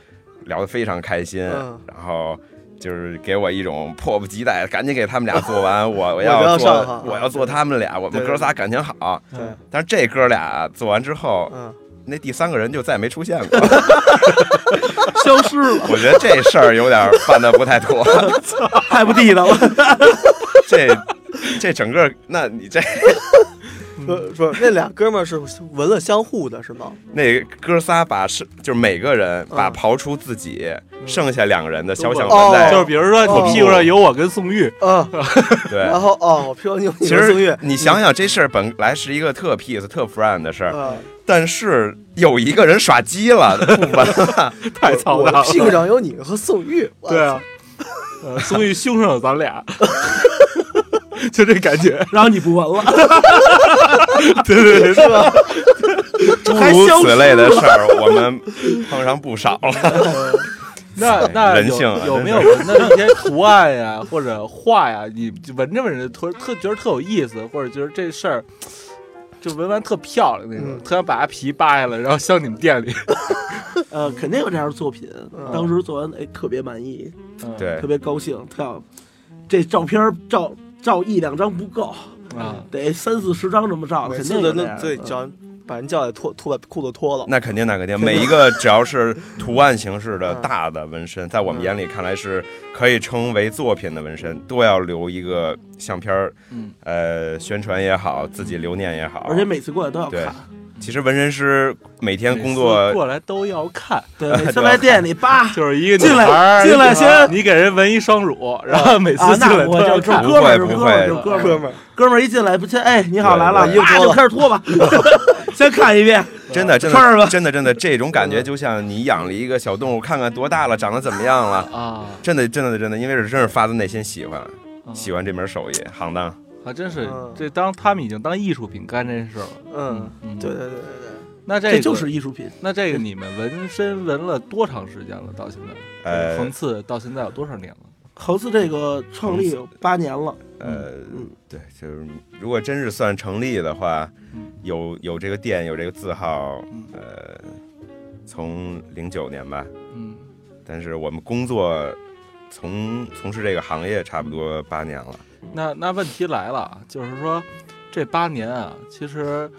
Speaker 7: 聊得非常开心
Speaker 4: 嗯，
Speaker 7: 然后。就是给我一种迫不及待，赶紧给他们俩
Speaker 4: *laughs*
Speaker 7: 做完，我我
Speaker 4: 我就
Speaker 7: 要
Speaker 4: 要
Speaker 7: 做
Speaker 4: 上哈
Speaker 7: 我要做他们俩，我们
Speaker 4: 对
Speaker 7: 哥仨感情好。
Speaker 4: 对，
Speaker 7: 但是这哥俩做完之后，
Speaker 4: 嗯，
Speaker 7: 那第三个人就再也没出现过。
Speaker 6: 消失了，
Speaker 7: 我觉得这事儿有点办的不太妥， *laughs*
Speaker 6: 太不地道了。
Speaker 7: 这这整个，那你这
Speaker 4: 不不，那俩哥们儿是纹了相互的是吗？
Speaker 7: 那哥仨把是就是每个人把
Speaker 4: 嗯
Speaker 7: 刨出自己剩下两个人的肖像
Speaker 4: 哦
Speaker 7: 纹在，
Speaker 2: 就是比如说你屁股上哎哦有我跟宋玉，
Speaker 4: 嗯，
Speaker 7: 对。
Speaker 4: 然后哦，我飘你
Speaker 7: 其
Speaker 4: 你
Speaker 7: 实
Speaker 4: 们宋月，
Speaker 7: 你想想，这事儿本来是一个特 peace、特 friend 的事儿，
Speaker 4: 嗯，
Speaker 7: 但是有一个人耍鸡
Speaker 4: *laughs*
Speaker 7: 了，不纹了，
Speaker 2: 太操
Speaker 4: 我
Speaker 2: 蛋
Speaker 4: 的
Speaker 2: 了。
Speaker 4: 屁股上有你和宋玉，我
Speaker 2: 对 *laughs* 啊，呃，宋玉胸上有咱 *laughs* 俩，就这感觉。 *laughs*
Speaker 6: 然后你不纹了，
Speaker 2: 对对对，是吧？
Speaker 7: 诸
Speaker 6: 还
Speaker 7: 如
Speaker 6: 消
Speaker 7: 此
Speaker 6: 失
Speaker 7: 类的事
Speaker 4: *laughs*
Speaker 7: 儿，我们碰上不少了。
Speaker 6: *laughs*
Speaker 2: 那那
Speaker 7: 人
Speaker 2: 有
Speaker 7: 性啊
Speaker 2: 有
Speaker 7: 真
Speaker 2: 没有纹的一些图案呀，或者画呀？你闻着闻着特特觉得特有意思，或者觉得这事儿就闻完特漂亮那种，
Speaker 4: 嗯
Speaker 2: 特想把它皮扒下来，然后镶你们店里。
Speaker 6: 呃，肯定有这样的作品。
Speaker 4: 嗯
Speaker 6: 当时做完，哎，特别满意，
Speaker 2: 嗯
Speaker 7: 对
Speaker 6: 特，别高兴。特要这照片儿照照一两张不够，
Speaker 2: 啊，
Speaker 6: 得三四十张这嗯么照，
Speaker 4: 每
Speaker 6: 肯
Speaker 4: 次
Speaker 6: 定
Speaker 4: 的
Speaker 6: 有
Speaker 4: 那对
Speaker 6: 照。
Speaker 4: 叫把人叫来脱脱把裤子脱了，
Speaker 7: 那肯定，那肯定，每一个只要是图案形式的
Speaker 4: 嗯
Speaker 7: 大的纹身，在我们眼里看来是可以称为作品的纹身，都要留一个相片儿，
Speaker 2: 嗯
Speaker 7: 呃，宣传也好，自己留念也好。
Speaker 6: 而且每次过来都要
Speaker 7: 对
Speaker 6: 看，
Speaker 7: 其实纹身师每天工
Speaker 2: 每次
Speaker 7: 作，
Speaker 2: 过来都要看。，
Speaker 6: 对，每次来店里叭
Speaker 2: 就是一个
Speaker 6: 进
Speaker 2: 女
Speaker 6: 来
Speaker 2: 孩儿
Speaker 6: 进来先
Speaker 2: 你给人纹一双乳，然后每次
Speaker 6: 啊，
Speaker 2: 进来
Speaker 6: 那
Speaker 2: 都
Speaker 6: 我
Speaker 2: 要
Speaker 6: 就这
Speaker 2: 看，
Speaker 6: 哥们儿，
Speaker 7: 不
Speaker 6: 这
Speaker 7: 会
Speaker 6: 哥们儿，
Speaker 7: 不
Speaker 6: 这
Speaker 7: 会
Speaker 2: *laughs*
Speaker 6: 哥们
Speaker 4: 哥
Speaker 6: 儿，
Speaker 4: 们儿，
Speaker 6: 哥们儿一进来不先，哎，你好
Speaker 7: 对
Speaker 6: 来了，
Speaker 7: 对
Speaker 6: 叭就开始脱吧， *laughs* 先看一遍，
Speaker 7: 真的真
Speaker 6: 穿上
Speaker 7: 的
Speaker 6: 吧
Speaker 7: 真的真的，这种感觉就像你养了一个小动物，看看多大了，长得怎么样了。
Speaker 2: 啊，
Speaker 7: 真的，真的，真的，因为是真是发自内心喜欢，
Speaker 2: 啊
Speaker 7: 喜欢这门手艺，行当。
Speaker 2: 还真是
Speaker 4: 嗯
Speaker 2: 这当他们已经当艺术品干这事儿了。
Speaker 4: 嗯，
Speaker 2: 嗯，
Speaker 4: 对对对对对。
Speaker 2: 那这
Speaker 6: 这
Speaker 2: 个
Speaker 6: 就是艺术品。
Speaker 2: 那这个你们纹身纹了多长时间了？到现在，
Speaker 7: 呃
Speaker 2: 横刺到现在有多少年了？
Speaker 6: 猴子这个创立有八年了，
Speaker 7: 呃
Speaker 6: 嗯，
Speaker 7: 对，就是如果真是算成立的话
Speaker 2: 嗯，
Speaker 7: 有有这个店，有这个字号
Speaker 2: 嗯，
Speaker 7: 呃，从零九年吧。
Speaker 2: 嗯，
Speaker 7: 但是我们工作从从事这个行业差不多八年了。
Speaker 2: 那那问题来了，就是说这八年啊，其实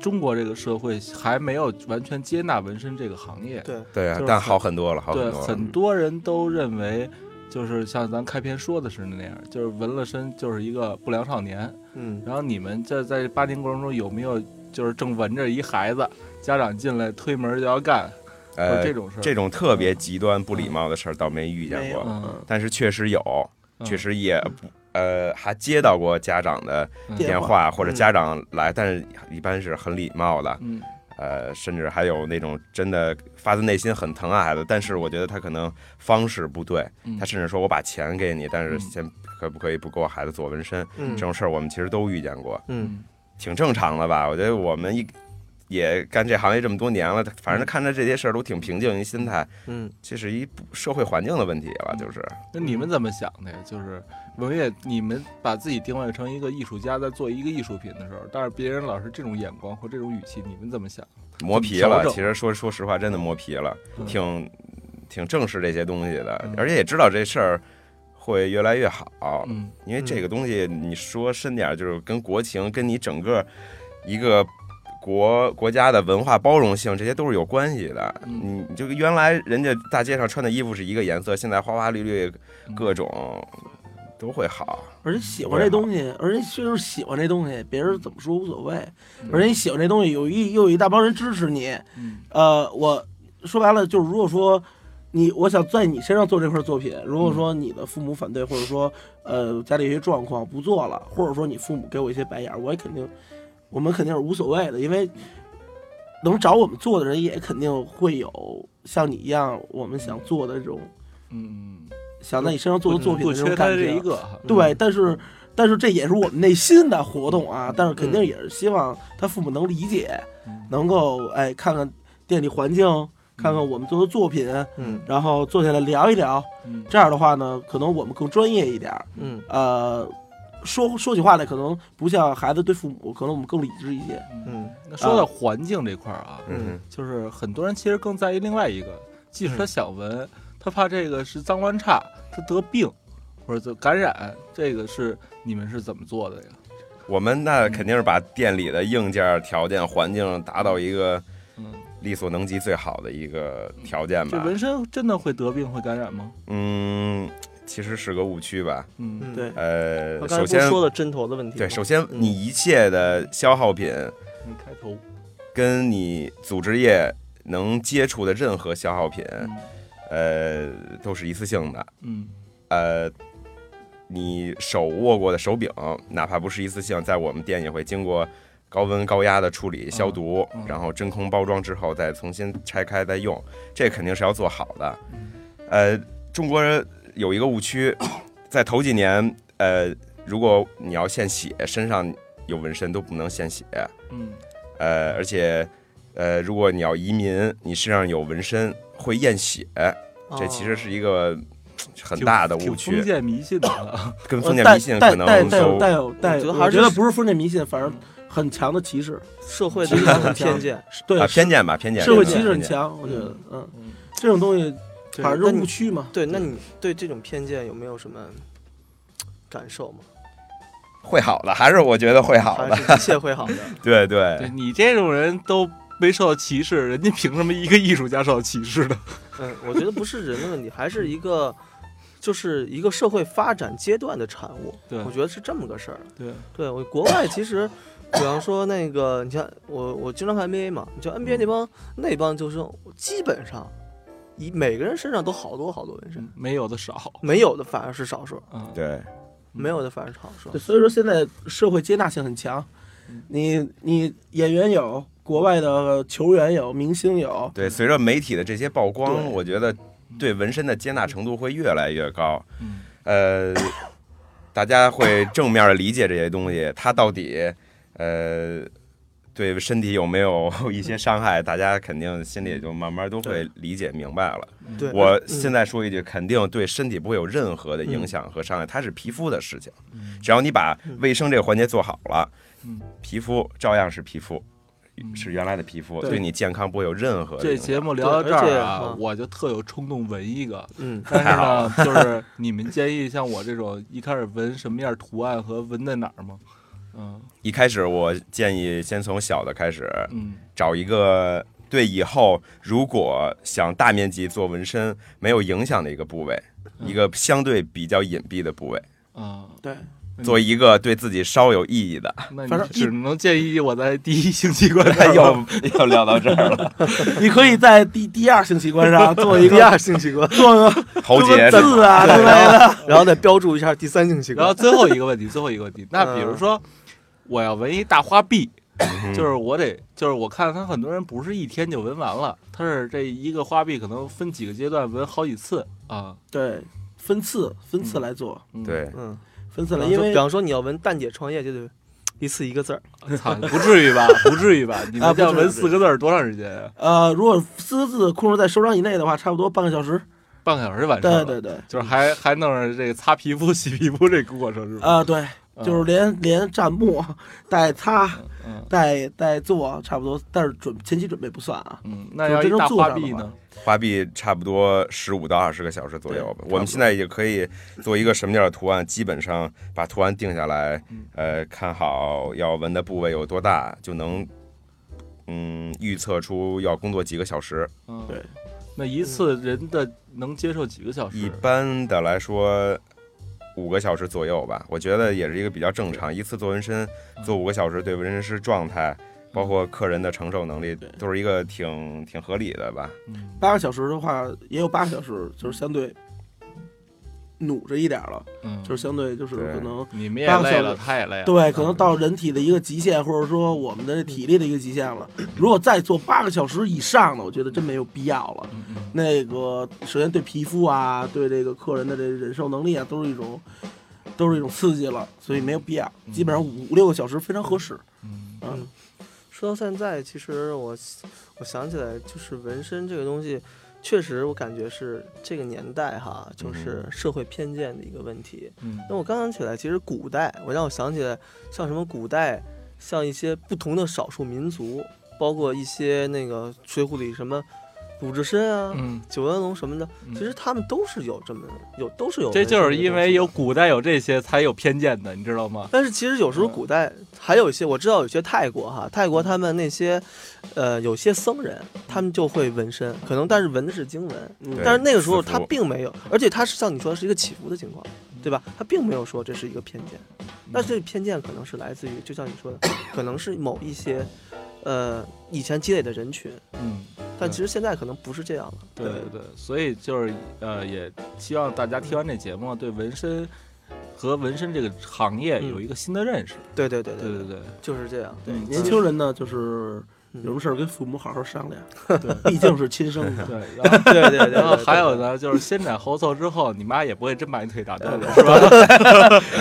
Speaker 2: 中国这个社会还没有完全接纳纹身这个行业。
Speaker 4: 对，
Speaker 7: 对啊
Speaker 2: 就是，
Speaker 7: 但
Speaker 2: 很
Speaker 7: 好很多了，好
Speaker 2: 对，
Speaker 7: 很多了。
Speaker 2: 很多人都认为，就是像咱开篇说的是那样，就是纹了身就是一个不良少年。
Speaker 4: 嗯，
Speaker 2: 然后你们这在八年过程中有没有就是正闻着一孩子，家长进来推门就要干，或者
Speaker 7: 呃
Speaker 2: 这，种嗯事儿？
Speaker 7: 这种特别极端不礼貌的事儿倒没遇
Speaker 6: 没
Speaker 7: 见
Speaker 6: 有
Speaker 7: 过，
Speaker 2: 嗯，
Speaker 7: 但是确实有，
Speaker 2: 嗯
Speaker 7: 确实也不呃还接到过家长的
Speaker 2: 嗯
Speaker 7: 电话或者
Speaker 4: 嗯
Speaker 7: 家长来，但是一般是很礼貌的。
Speaker 2: 嗯
Speaker 7: 呃，甚至还有那种真的发自内心很疼爱孩子，但是我觉得他可能方式不对，
Speaker 2: 嗯
Speaker 7: 他甚至说我把钱给你，但是
Speaker 2: 嗯
Speaker 7: 先可不可以不给我孩子做纹身？
Speaker 4: 嗯
Speaker 7: 这种事儿我们其实都遇见过，
Speaker 4: 嗯，
Speaker 7: 挺正常的吧？我觉得我们一也干这行业这么多年了，反正看着这些事儿都挺平静，一心态，
Speaker 4: 嗯，
Speaker 7: 这是一不社会环境的问题
Speaker 2: 嗯
Speaker 7: 吧？就是
Speaker 2: 那你们怎么想的呀？就是文乐，你们把自己定位成一个艺术家，在做一个艺术品的时候，但是别人老是这种眼光或这种语气，你们怎么想？
Speaker 7: 磨皮
Speaker 2: 调
Speaker 7: 了，
Speaker 2: 整
Speaker 7: 其实说说实话，真的磨皮了，
Speaker 2: 嗯
Speaker 7: 挺挺正视这些东西的
Speaker 2: 嗯，
Speaker 7: 而且也知道这事儿会越来越好，
Speaker 2: 嗯
Speaker 7: 因为这个东西你说深点儿，就是跟国情，跟你整个一个国国家的文化包容性，这些都是有关系的。
Speaker 2: 嗯
Speaker 7: 你你就原来人家大街上穿的衣服是一个颜色，现在花花绿绿各种都会好。
Speaker 6: 而且喜欢这东西，而且就是喜欢这东西，别人怎么说无所谓。
Speaker 7: 嗯
Speaker 6: 而且你喜欢这东西，有一又有一大帮人支持你。
Speaker 2: 嗯
Speaker 6: 呃，我说白了就是，如果说你我想在你身上做这块作品，如果
Speaker 2: 嗯
Speaker 6: 说你的父母反对，或者说呃家里有些状况不做了，或者说你父母给我一些白眼儿，我也肯定，我们肯定是无所谓的，因为能找我们做的人也肯定会有像你一样我们想做的这种
Speaker 2: 嗯，
Speaker 6: 想在你身上做
Speaker 2: 不
Speaker 6: 的作品
Speaker 2: 不
Speaker 6: 的这种
Speaker 2: 缺他
Speaker 6: 感
Speaker 2: 这
Speaker 6: 觉
Speaker 2: 一。个嗯哈，
Speaker 6: 对，但是但是这也是我们内心的活动啊，但是肯定也是希望他父母能理解，
Speaker 2: 嗯
Speaker 6: 能够哎看看店里环境，看看我们做的作品，
Speaker 4: 嗯
Speaker 6: 然后坐下来聊一聊。
Speaker 2: 嗯
Speaker 6: 这样的话呢，可能我们更专业一点儿，
Speaker 4: 嗯
Speaker 6: 呃，说说起话来可能不像孩子对父母，可能我们更理智一些。
Speaker 4: 嗯
Speaker 2: 那说到环境这块儿啊，
Speaker 7: 嗯
Speaker 2: 就是很多人其实更在意另外一个，即使他想纹，他怕这个是脏乱差，他得病或者得感染，这个是你们是怎么做的呀？
Speaker 7: 哼，我们那肯定是把店里的硬件条件、环境达到一个
Speaker 2: 嗯，
Speaker 7: 力所能及最好的一个条件
Speaker 2: 这
Speaker 7: 吧。
Speaker 2: 纹身真的会得病会感染吗？
Speaker 7: 嗯，其实是个误区吧。
Speaker 2: 嗯
Speaker 4: 嗯，
Speaker 6: 对，
Speaker 7: 呃
Speaker 4: 他，刚才不
Speaker 7: 首
Speaker 4: 是
Speaker 7: 先
Speaker 4: 说了针头的问题吗，
Speaker 7: 对，首先
Speaker 4: 嗯
Speaker 7: 你一切的消耗品。
Speaker 2: 你开头，
Speaker 7: 跟你组织业能接触的任何消耗品，
Speaker 2: 嗯
Speaker 7: 呃，都是一次性的。
Speaker 2: 嗯
Speaker 7: 呃，你手握过的手柄，哪怕不是一次性，在我们店也会经过高温高压的处理、消毒，
Speaker 2: 嗯
Speaker 7: 然后真空包装之后再重新拆开再用，这肯定是要做好的
Speaker 2: 嗯。
Speaker 7: 呃，中国人有一个
Speaker 2: *coughs*
Speaker 7: 误区，在头几年，呃，如果你要献血，身上有纹身都不能献血。
Speaker 2: 嗯
Speaker 7: 呃，而且，呃，如果你要移民，你身上有纹身会验血，
Speaker 4: 哦
Speaker 7: 这其实是一个很大的误
Speaker 2: 挺封
Speaker 7: 区，哎
Speaker 2: 建迷信的
Speaker 7: *laughs*
Speaker 2: 啊。
Speaker 7: 跟
Speaker 6: 呃
Speaker 7: 封建
Speaker 6: 带
Speaker 7: 迷信
Speaker 6: 带
Speaker 7: 可能
Speaker 6: 带带有
Speaker 7: 都啊
Speaker 6: 带有带
Speaker 4: 我觉
Speaker 6: 有，
Speaker 4: 得还
Speaker 6: 我
Speaker 4: 是嗯
Speaker 6: 觉得不是封建迷信，反正很强的歧视，
Speaker 4: 社会的一种偏
Speaker 7: *laughs*
Speaker 4: 见。
Speaker 6: 对
Speaker 7: 啊，偏见吧，偏见，
Speaker 6: 社会
Speaker 7: 偏
Speaker 6: 歧
Speaker 7: 见
Speaker 6: 视很
Speaker 7: 偏见
Speaker 6: 强，我觉得，嗯
Speaker 2: 嗯，
Speaker 6: 这种东西
Speaker 4: 对
Speaker 6: 反
Speaker 4: 那
Speaker 6: 正是
Speaker 4: 你
Speaker 6: 误区嘛。
Speaker 4: 对，那你对这种偏见有没有什么感受吗？
Speaker 7: 会好的，还是我觉得会好
Speaker 4: 还
Speaker 7: 的，
Speaker 4: 是一切会好的？
Speaker 7: 对对
Speaker 2: 对，你这种人都没受到歧视，人家凭什么一个艺术家受到歧视呢？
Speaker 4: 嗯，我觉得不是人的问题，还是一个，就是一个社会发展阶段的产物。
Speaker 2: 对
Speaker 4: 我觉得是这么个事儿。
Speaker 2: 对，
Speaker 4: 对我国外其
Speaker 7: *coughs*
Speaker 4: 实，比方说那个，你像我我经常看 NBA 嘛，你像 NBA 那
Speaker 7: 嗯
Speaker 4: 帮、那帮就是基本上，一每个人身上都好多好多纹
Speaker 7: 嗯
Speaker 4: 身，
Speaker 2: 没有的少。
Speaker 4: 没有的反而是少数，
Speaker 2: 嗯，
Speaker 7: 对，
Speaker 4: 没有的反而是少数
Speaker 6: 对，。所以说现在社会接纳性很强，
Speaker 2: 嗯
Speaker 6: 你你演员有，国外的球员有，明
Speaker 2: *laughs*
Speaker 6: 星有，
Speaker 7: 对，随着媒体的这些曝光，
Speaker 6: 对
Speaker 7: 我觉得对纹身的接纳程度会越来越高。
Speaker 2: 嗯
Speaker 7: 呃，大家会正面的理解这些东西，它到底呃对身体有没有一些伤害，大家肯定心里也就慢慢都会理解明白了。
Speaker 4: 对，
Speaker 7: 我
Speaker 4: 嗯
Speaker 7: 现在说一句，肯定对身体不会有任何的影响和伤害，它是皮肤的事情，只要你把卫生这个环节做好了
Speaker 2: 嗯，
Speaker 7: 皮肤照样是皮肤。
Speaker 2: 嗯
Speaker 7: 是原来的皮肤，
Speaker 2: 对
Speaker 7: 对你健康不会有任何的
Speaker 2: 这
Speaker 7: 影响
Speaker 2: 节目聊到这
Speaker 4: 对而
Speaker 2: 儿
Speaker 4: 且
Speaker 2: 啊
Speaker 4: 嗯，
Speaker 2: 我就特有冲动纹一个。
Speaker 4: 嗯，
Speaker 2: 但是呢，就是你们建议像我这种一开始纹什么样图案和纹在哪儿吗？嗯
Speaker 7: 一开始我建议先从小的开始，
Speaker 2: 嗯
Speaker 7: 找一个对以后如果想大面积做纹身没有影响的一个部位，
Speaker 2: 嗯
Speaker 7: 一个相对比较隐蔽的部位，
Speaker 2: 啊，
Speaker 6: 对，
Speaker 2: 嗯
Speaker 7: 做一个对自己稍有意义 *laughs* 的。
Speaker 2: 那
Speaker 6: 反正
Speaker 2: 你只能建议我在第一性器
Speaker 4: *laughs*
Speaker 2: 官
Speaker 4: 哎
Speaker 7: 又又聊到这儿了，
Speaker 6: 你可以在第第二性器官
Speaker 2: *laughs*
Speaker 6: 上做一
Speaker 4: 第
Speaker 6: 个
Speaker 4: 二性器官，
Speaker 6: 做个
Speaker 7: *laughs* 喉
Speaker 6: 做
Speaker 7: 结
Speaker 6: 个
Speaker 7: 是
Speaker 6: 字
Speaker 7: 吧？
Speaker 6: 啊之类的。
Speaker 4: 然后然后再标注一下第三性器
Speaker 2: 然后
Speaker 4: 官。
Speaker 6: 嗯
Speaker 2: 最后一个问题，最后一个问题，那比如说我要纹一大花臂，就是我得，就是我看他很多人不是一天就纹完了，他是这一个花臂可能分几个阶段纹好几次啊。
Speaker 6: 对，分次分次来做，
Speaker 2: 嗯，
Speaker 7: 对，
Speaker 4: 嗯，
Speaker 6: 分次
Speaker 4: 比
Speaker 6: 来，
Speaker 4: 方
Speaker 6: 因
Speaker 4: 说，
Speaker 6: 为
Speaker 4: 比方说你要纹蛋姐创业，就得一次一个字儿。
Speaker 2: 操，不至于吧？不至于吧？你
Speaker 6: 啊
Speaker 2: 们
Speaker 6: 不
Speaker 2: 要
Speaker 6: 至于
Speaker 2: 纹
Speaker 6: 不至
Speaker 2: 四个字儿多长时间啊？
Speaker 6: 呃，如果私自控制在手掌以内的话，差不多半个小时。
Speaker 2: 半个小时完事儿
Speaker 6: 对
Speaker 2: 了
Speaker 6: 对对，
Speaker 2: 就是还还弄着这个擦皮肤、 *laughs* 洗皮肤这过程是吧？
Speaker 6: 啊、对，就是连连蘸墨、带擦、
Speaker 2: 嗯
Speaker 6: 带带做，差不多，但是准前期准备不算啊。
Speaker 2: 嗯，那要一大花臂呢？
Speaker 7: 花臂差不多十五到二十个小时左右吧。我们现在也可以做一个什么样的图案，基本上把图案定下来，呃，看好要纹的部位有多大，就能嗯预测出要工作几个小时。
Speaker 2: 嗯，
Speaker 6: 对。
Speaker 2: 那一次人的能接受几个小
Speaker 7: 一
Speaker 2: 时？
Speaker 7: 般的来说，五个小时左右吧，我觉得也是一个比较正常。一次做纹身
Speaker 2: 嗯
Speaker 7: 做五个小时，对纹身师状态，包括客人的承受能力
Speaker 6: 对，
Speaker 7: 都是一个挺挺合理的吧。
Speaker 2: 嗯
Speaker 6: 八个小时的话，也有八个小时，就是相对努着一点儿了，
Speaker 2: 嗯，
Speaker 6: 就是相对就是
Speaker 7: 对
Speaker 6: 可能
Speaker 2: 你们也
Speaker 6: 八个
Speaker 2: 累
Speaker 6: 小
Speaker 2: 了，
Speaker 6: 时
Speaker 2: 他也累了。嗯
Speaker 6: 对，可能到人体的一个极限，或者说我们的体力的一个极限了。如果再做八个小时以上的，我觉得真没有必要了。
Speaker 2: 嗯，嗯
Speaker 6: 那个首先对皮肤啊，对这个客人的这忍受能力啊，都是一种都是一种刺激了，所以没有必要。
Speaker 7: 嗯
Speaker 6: 基本上五五六个小时非常合适。
Speaker 2: 嗯
Speaker 6: 嗯，
Speaker 4: 说到现在，其实我我想起来，就是纹身这个东西，确实我感觉是这个年代哈，就是社会偏见的一个问题。
Speaker 2: 嗯
Speaker 4: 那我刚想起来，其实古代，我让我想起来，像什么古代，像一些不同的少数民族，包括一些那个《水浒》里什么鲁智深啊、
Speaker 2: 嗯，
Speaker 4: 九纹龙什么的，
Speaker 2: 嗯
Speaker 4: 其实他们都是有这么有都是有
Speaker 2: 这
Speaker 4: 纹身
Speaker 2: 就
Speaker 4: 这个东
Speaker 2: 是
Speaker 4: 西的，
Speaker 2: 因为有古代有这些才有偏见的，你知道吗？
Speaker 4: 但是其实有时候
Speaker 2: 嗯
Speaker 4: 古代还有一些，我知道有些泰国哈，泰国他们那些，呃，有些僧人
Speaker 2: 嗯
Speaker 4: 他们就会纹身，可能但是纹的是经文，
Speaker 6: 嗯
Speaker 7: 对
Speaker 4: 但是那个时候
Speaker 7: 私
Speaker 4: 他
Speaker 7: 服
Speaker 4: 并没有，而且他是像你说的是一个起伏的情况，对吧？他并没有说这是一个偏见，
Speaker 2: 嗯
Speaker 4: 那这偏见可能是来自于，就像你说的，
Speaker 2: *coughs*
Speaker 4: 可能是某一些，呃，以前积累的人群，
Speaker 2: 嗯，
Speaker 4: 但其实现在可能不是这样了。
Speaker 2: 对对对，所以就是呃，也希望大家听完这节目，对纹身和纹身这个行业有一个新的认识。
Speaker 4: 对对对
Speaker 2: 对对对，
Speaker 4: 就是这样。
Speaker 2: 嗯
Speaker 6: 年轻人呢，就是有什么事儿跟父母好好商量，毕竟是亲生的。
Speaker 2: 对，然后
Speaker 4: 对对对对
Speaker 2: 然后
Speaker 4: 对
Speaker 2: 还有
Speaker 4: 对
Speaker 2: 呢，就是先斩后奏之后，你妈也不会真把你腿打断的。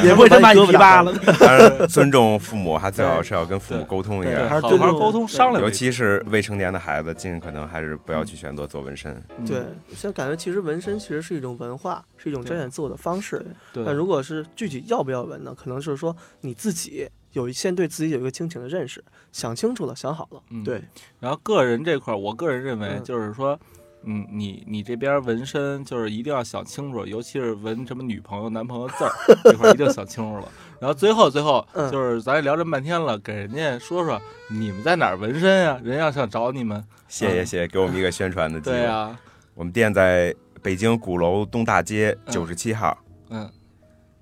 Speaker 6: 也不会真把你提拔了。
Speaker 7: 当然，尊重父母还最好是要跟父母沟通一
Speaker 2: 对
Speaker 7: 下，
Speaker 6: 还是
Speaker 2: 好
Speaker 6: 尊
Speaker 2: 好
Speaker 6: 重
Speaker 2: 沟通商量
Speaker 7: 尤
Speaker 2: 一下。
Speaker 7: 其是未成年的孩子，尽可能还是不要去选择做纹身。
Speaker 2: 嗯
Speaker 4: 对，现在感觉其实纹身其实是一种文化，是一种彰显自我的方式。
Speaker 2: 对，
Speaker 4: 那如果是具体要不要纹呢？可能就是说你自己有一先对自己有一个清醒的认识，想清楚了，想好了。
Speaker 2: 嗯
Speaker 6: 对，
Speaker 2: 然后个人这块儿，我个人认为
Speaker 4: 嗯
Speaker 2: 就是说，嗯，你你这边纹身就是一定要想清楚，尤其是纹什么女朋友、男朋友字儿这块儿一定想清楚了。然后最后最后
Speaker 4: 嗯
Speaker 2: 就是咱也聊这么半天了，给人家说说你们在哪儿纹身呀、人要想找你们，
Speaker 7: 谢谢谢谢，给我们一个宣传的机
Speaker 2: 嗯对啊
Speaker 7: 会。
Speaker 2: 呀，
Speaker 7: 我们店在北京鼓楼东大街
Speaker 2: 嗯
Speaker 7: 九十七号，
Speaker 2: 嗯，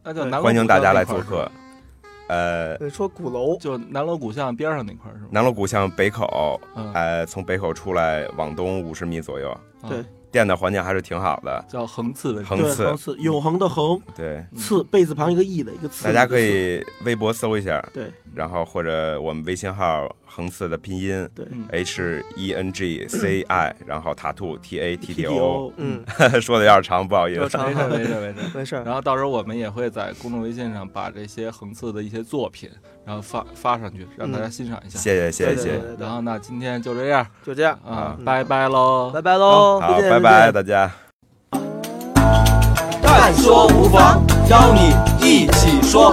Speaker 2: 那就
Speaker 6: 对
Speaker 2: 南锣
Speaker 7: 欢迎
Speaker 2: 鼓
Speaker 7: 大
Speaker 2: 巷
Speaker 7: 家
Speaker 2: 那
Speaker 7: 来
Speaker 2: 块儿
Speaker 7: 做
Speaker 2: 是
Speaker 7: 客
Speaker 2: 吧，。
Speaker 7: 呃，
Speaker 4: 呃说鼓楼，
Speaker 2: 就南锣鼓巷边上那块儿是吗？
Speaker 7: 南锣鼓巷北口，
Speaker 2: 嗯，
Speaker 7: 呃，从北口出来往东五十米左右，
Speaker 2: 啊
Speaker 6: 对
Speaker 7: 店的环境还是挺好的。
Speaker 2: 叫横刺纹身，
Speaker 7: 横
Speaker 6: 对，
Speaker 7: 刺
Speaker 6: 横刺，永恒的恒，
Speaker 7: 对，
Speaker 6: 刺贝字旁一个义的一个刺。
Speaker 7: 嗯大家可以微博搜一下，
Speaker 6: 对，
Speaker 7: 然后或者我们微信号横刺的拼音
Speaker 6: 对
Speaker 2: 嗯
Speaker 7: H E N G C I，然后塔兔 T A T
Speaker 6: T
Speaker 7: T
Speaker 6: D
Speaker 7: O，
Speaker 6: O，
Speaker 4: 嗯，
Speaker 7: *laughs* 说的有点长，不好意
Speaker 4: 有
Speaker 7: 思。
Speaker 4: 长
Speaker 2: 没事没事没事。
Speaker 4: 没事儿。
Speaker 2: 然后到时候我们也会在公众微信上把这些横刺的一些作品，然后发发上去，让大
Speaker 5: 嗯
Speaker 2: 家欣赏一下。
Speaker 7: 谢谢谢
Speaker 4: 对
Speaker 7: 谢谢
Speaker 4: 对
Speaker 7: 谢，
Speaker 4: 对对
Speaker 2: 然，后呢，今天就这样
Speaker 4: 就这样，
Speaker 2: 啊，
Speaker 4: 嗯
Speaker 2: 拜拜喽，
Speaker 4: 拜拜喽。
Speaker 7: 好，
Speaker 6: 再见
Speaker 7: 拜
Speaker 6: 再
Speaker 7: 拜
Speaker 6: 见
Speaker 7: 大家。
Speaker 5: 但说无妨，邀你一起说。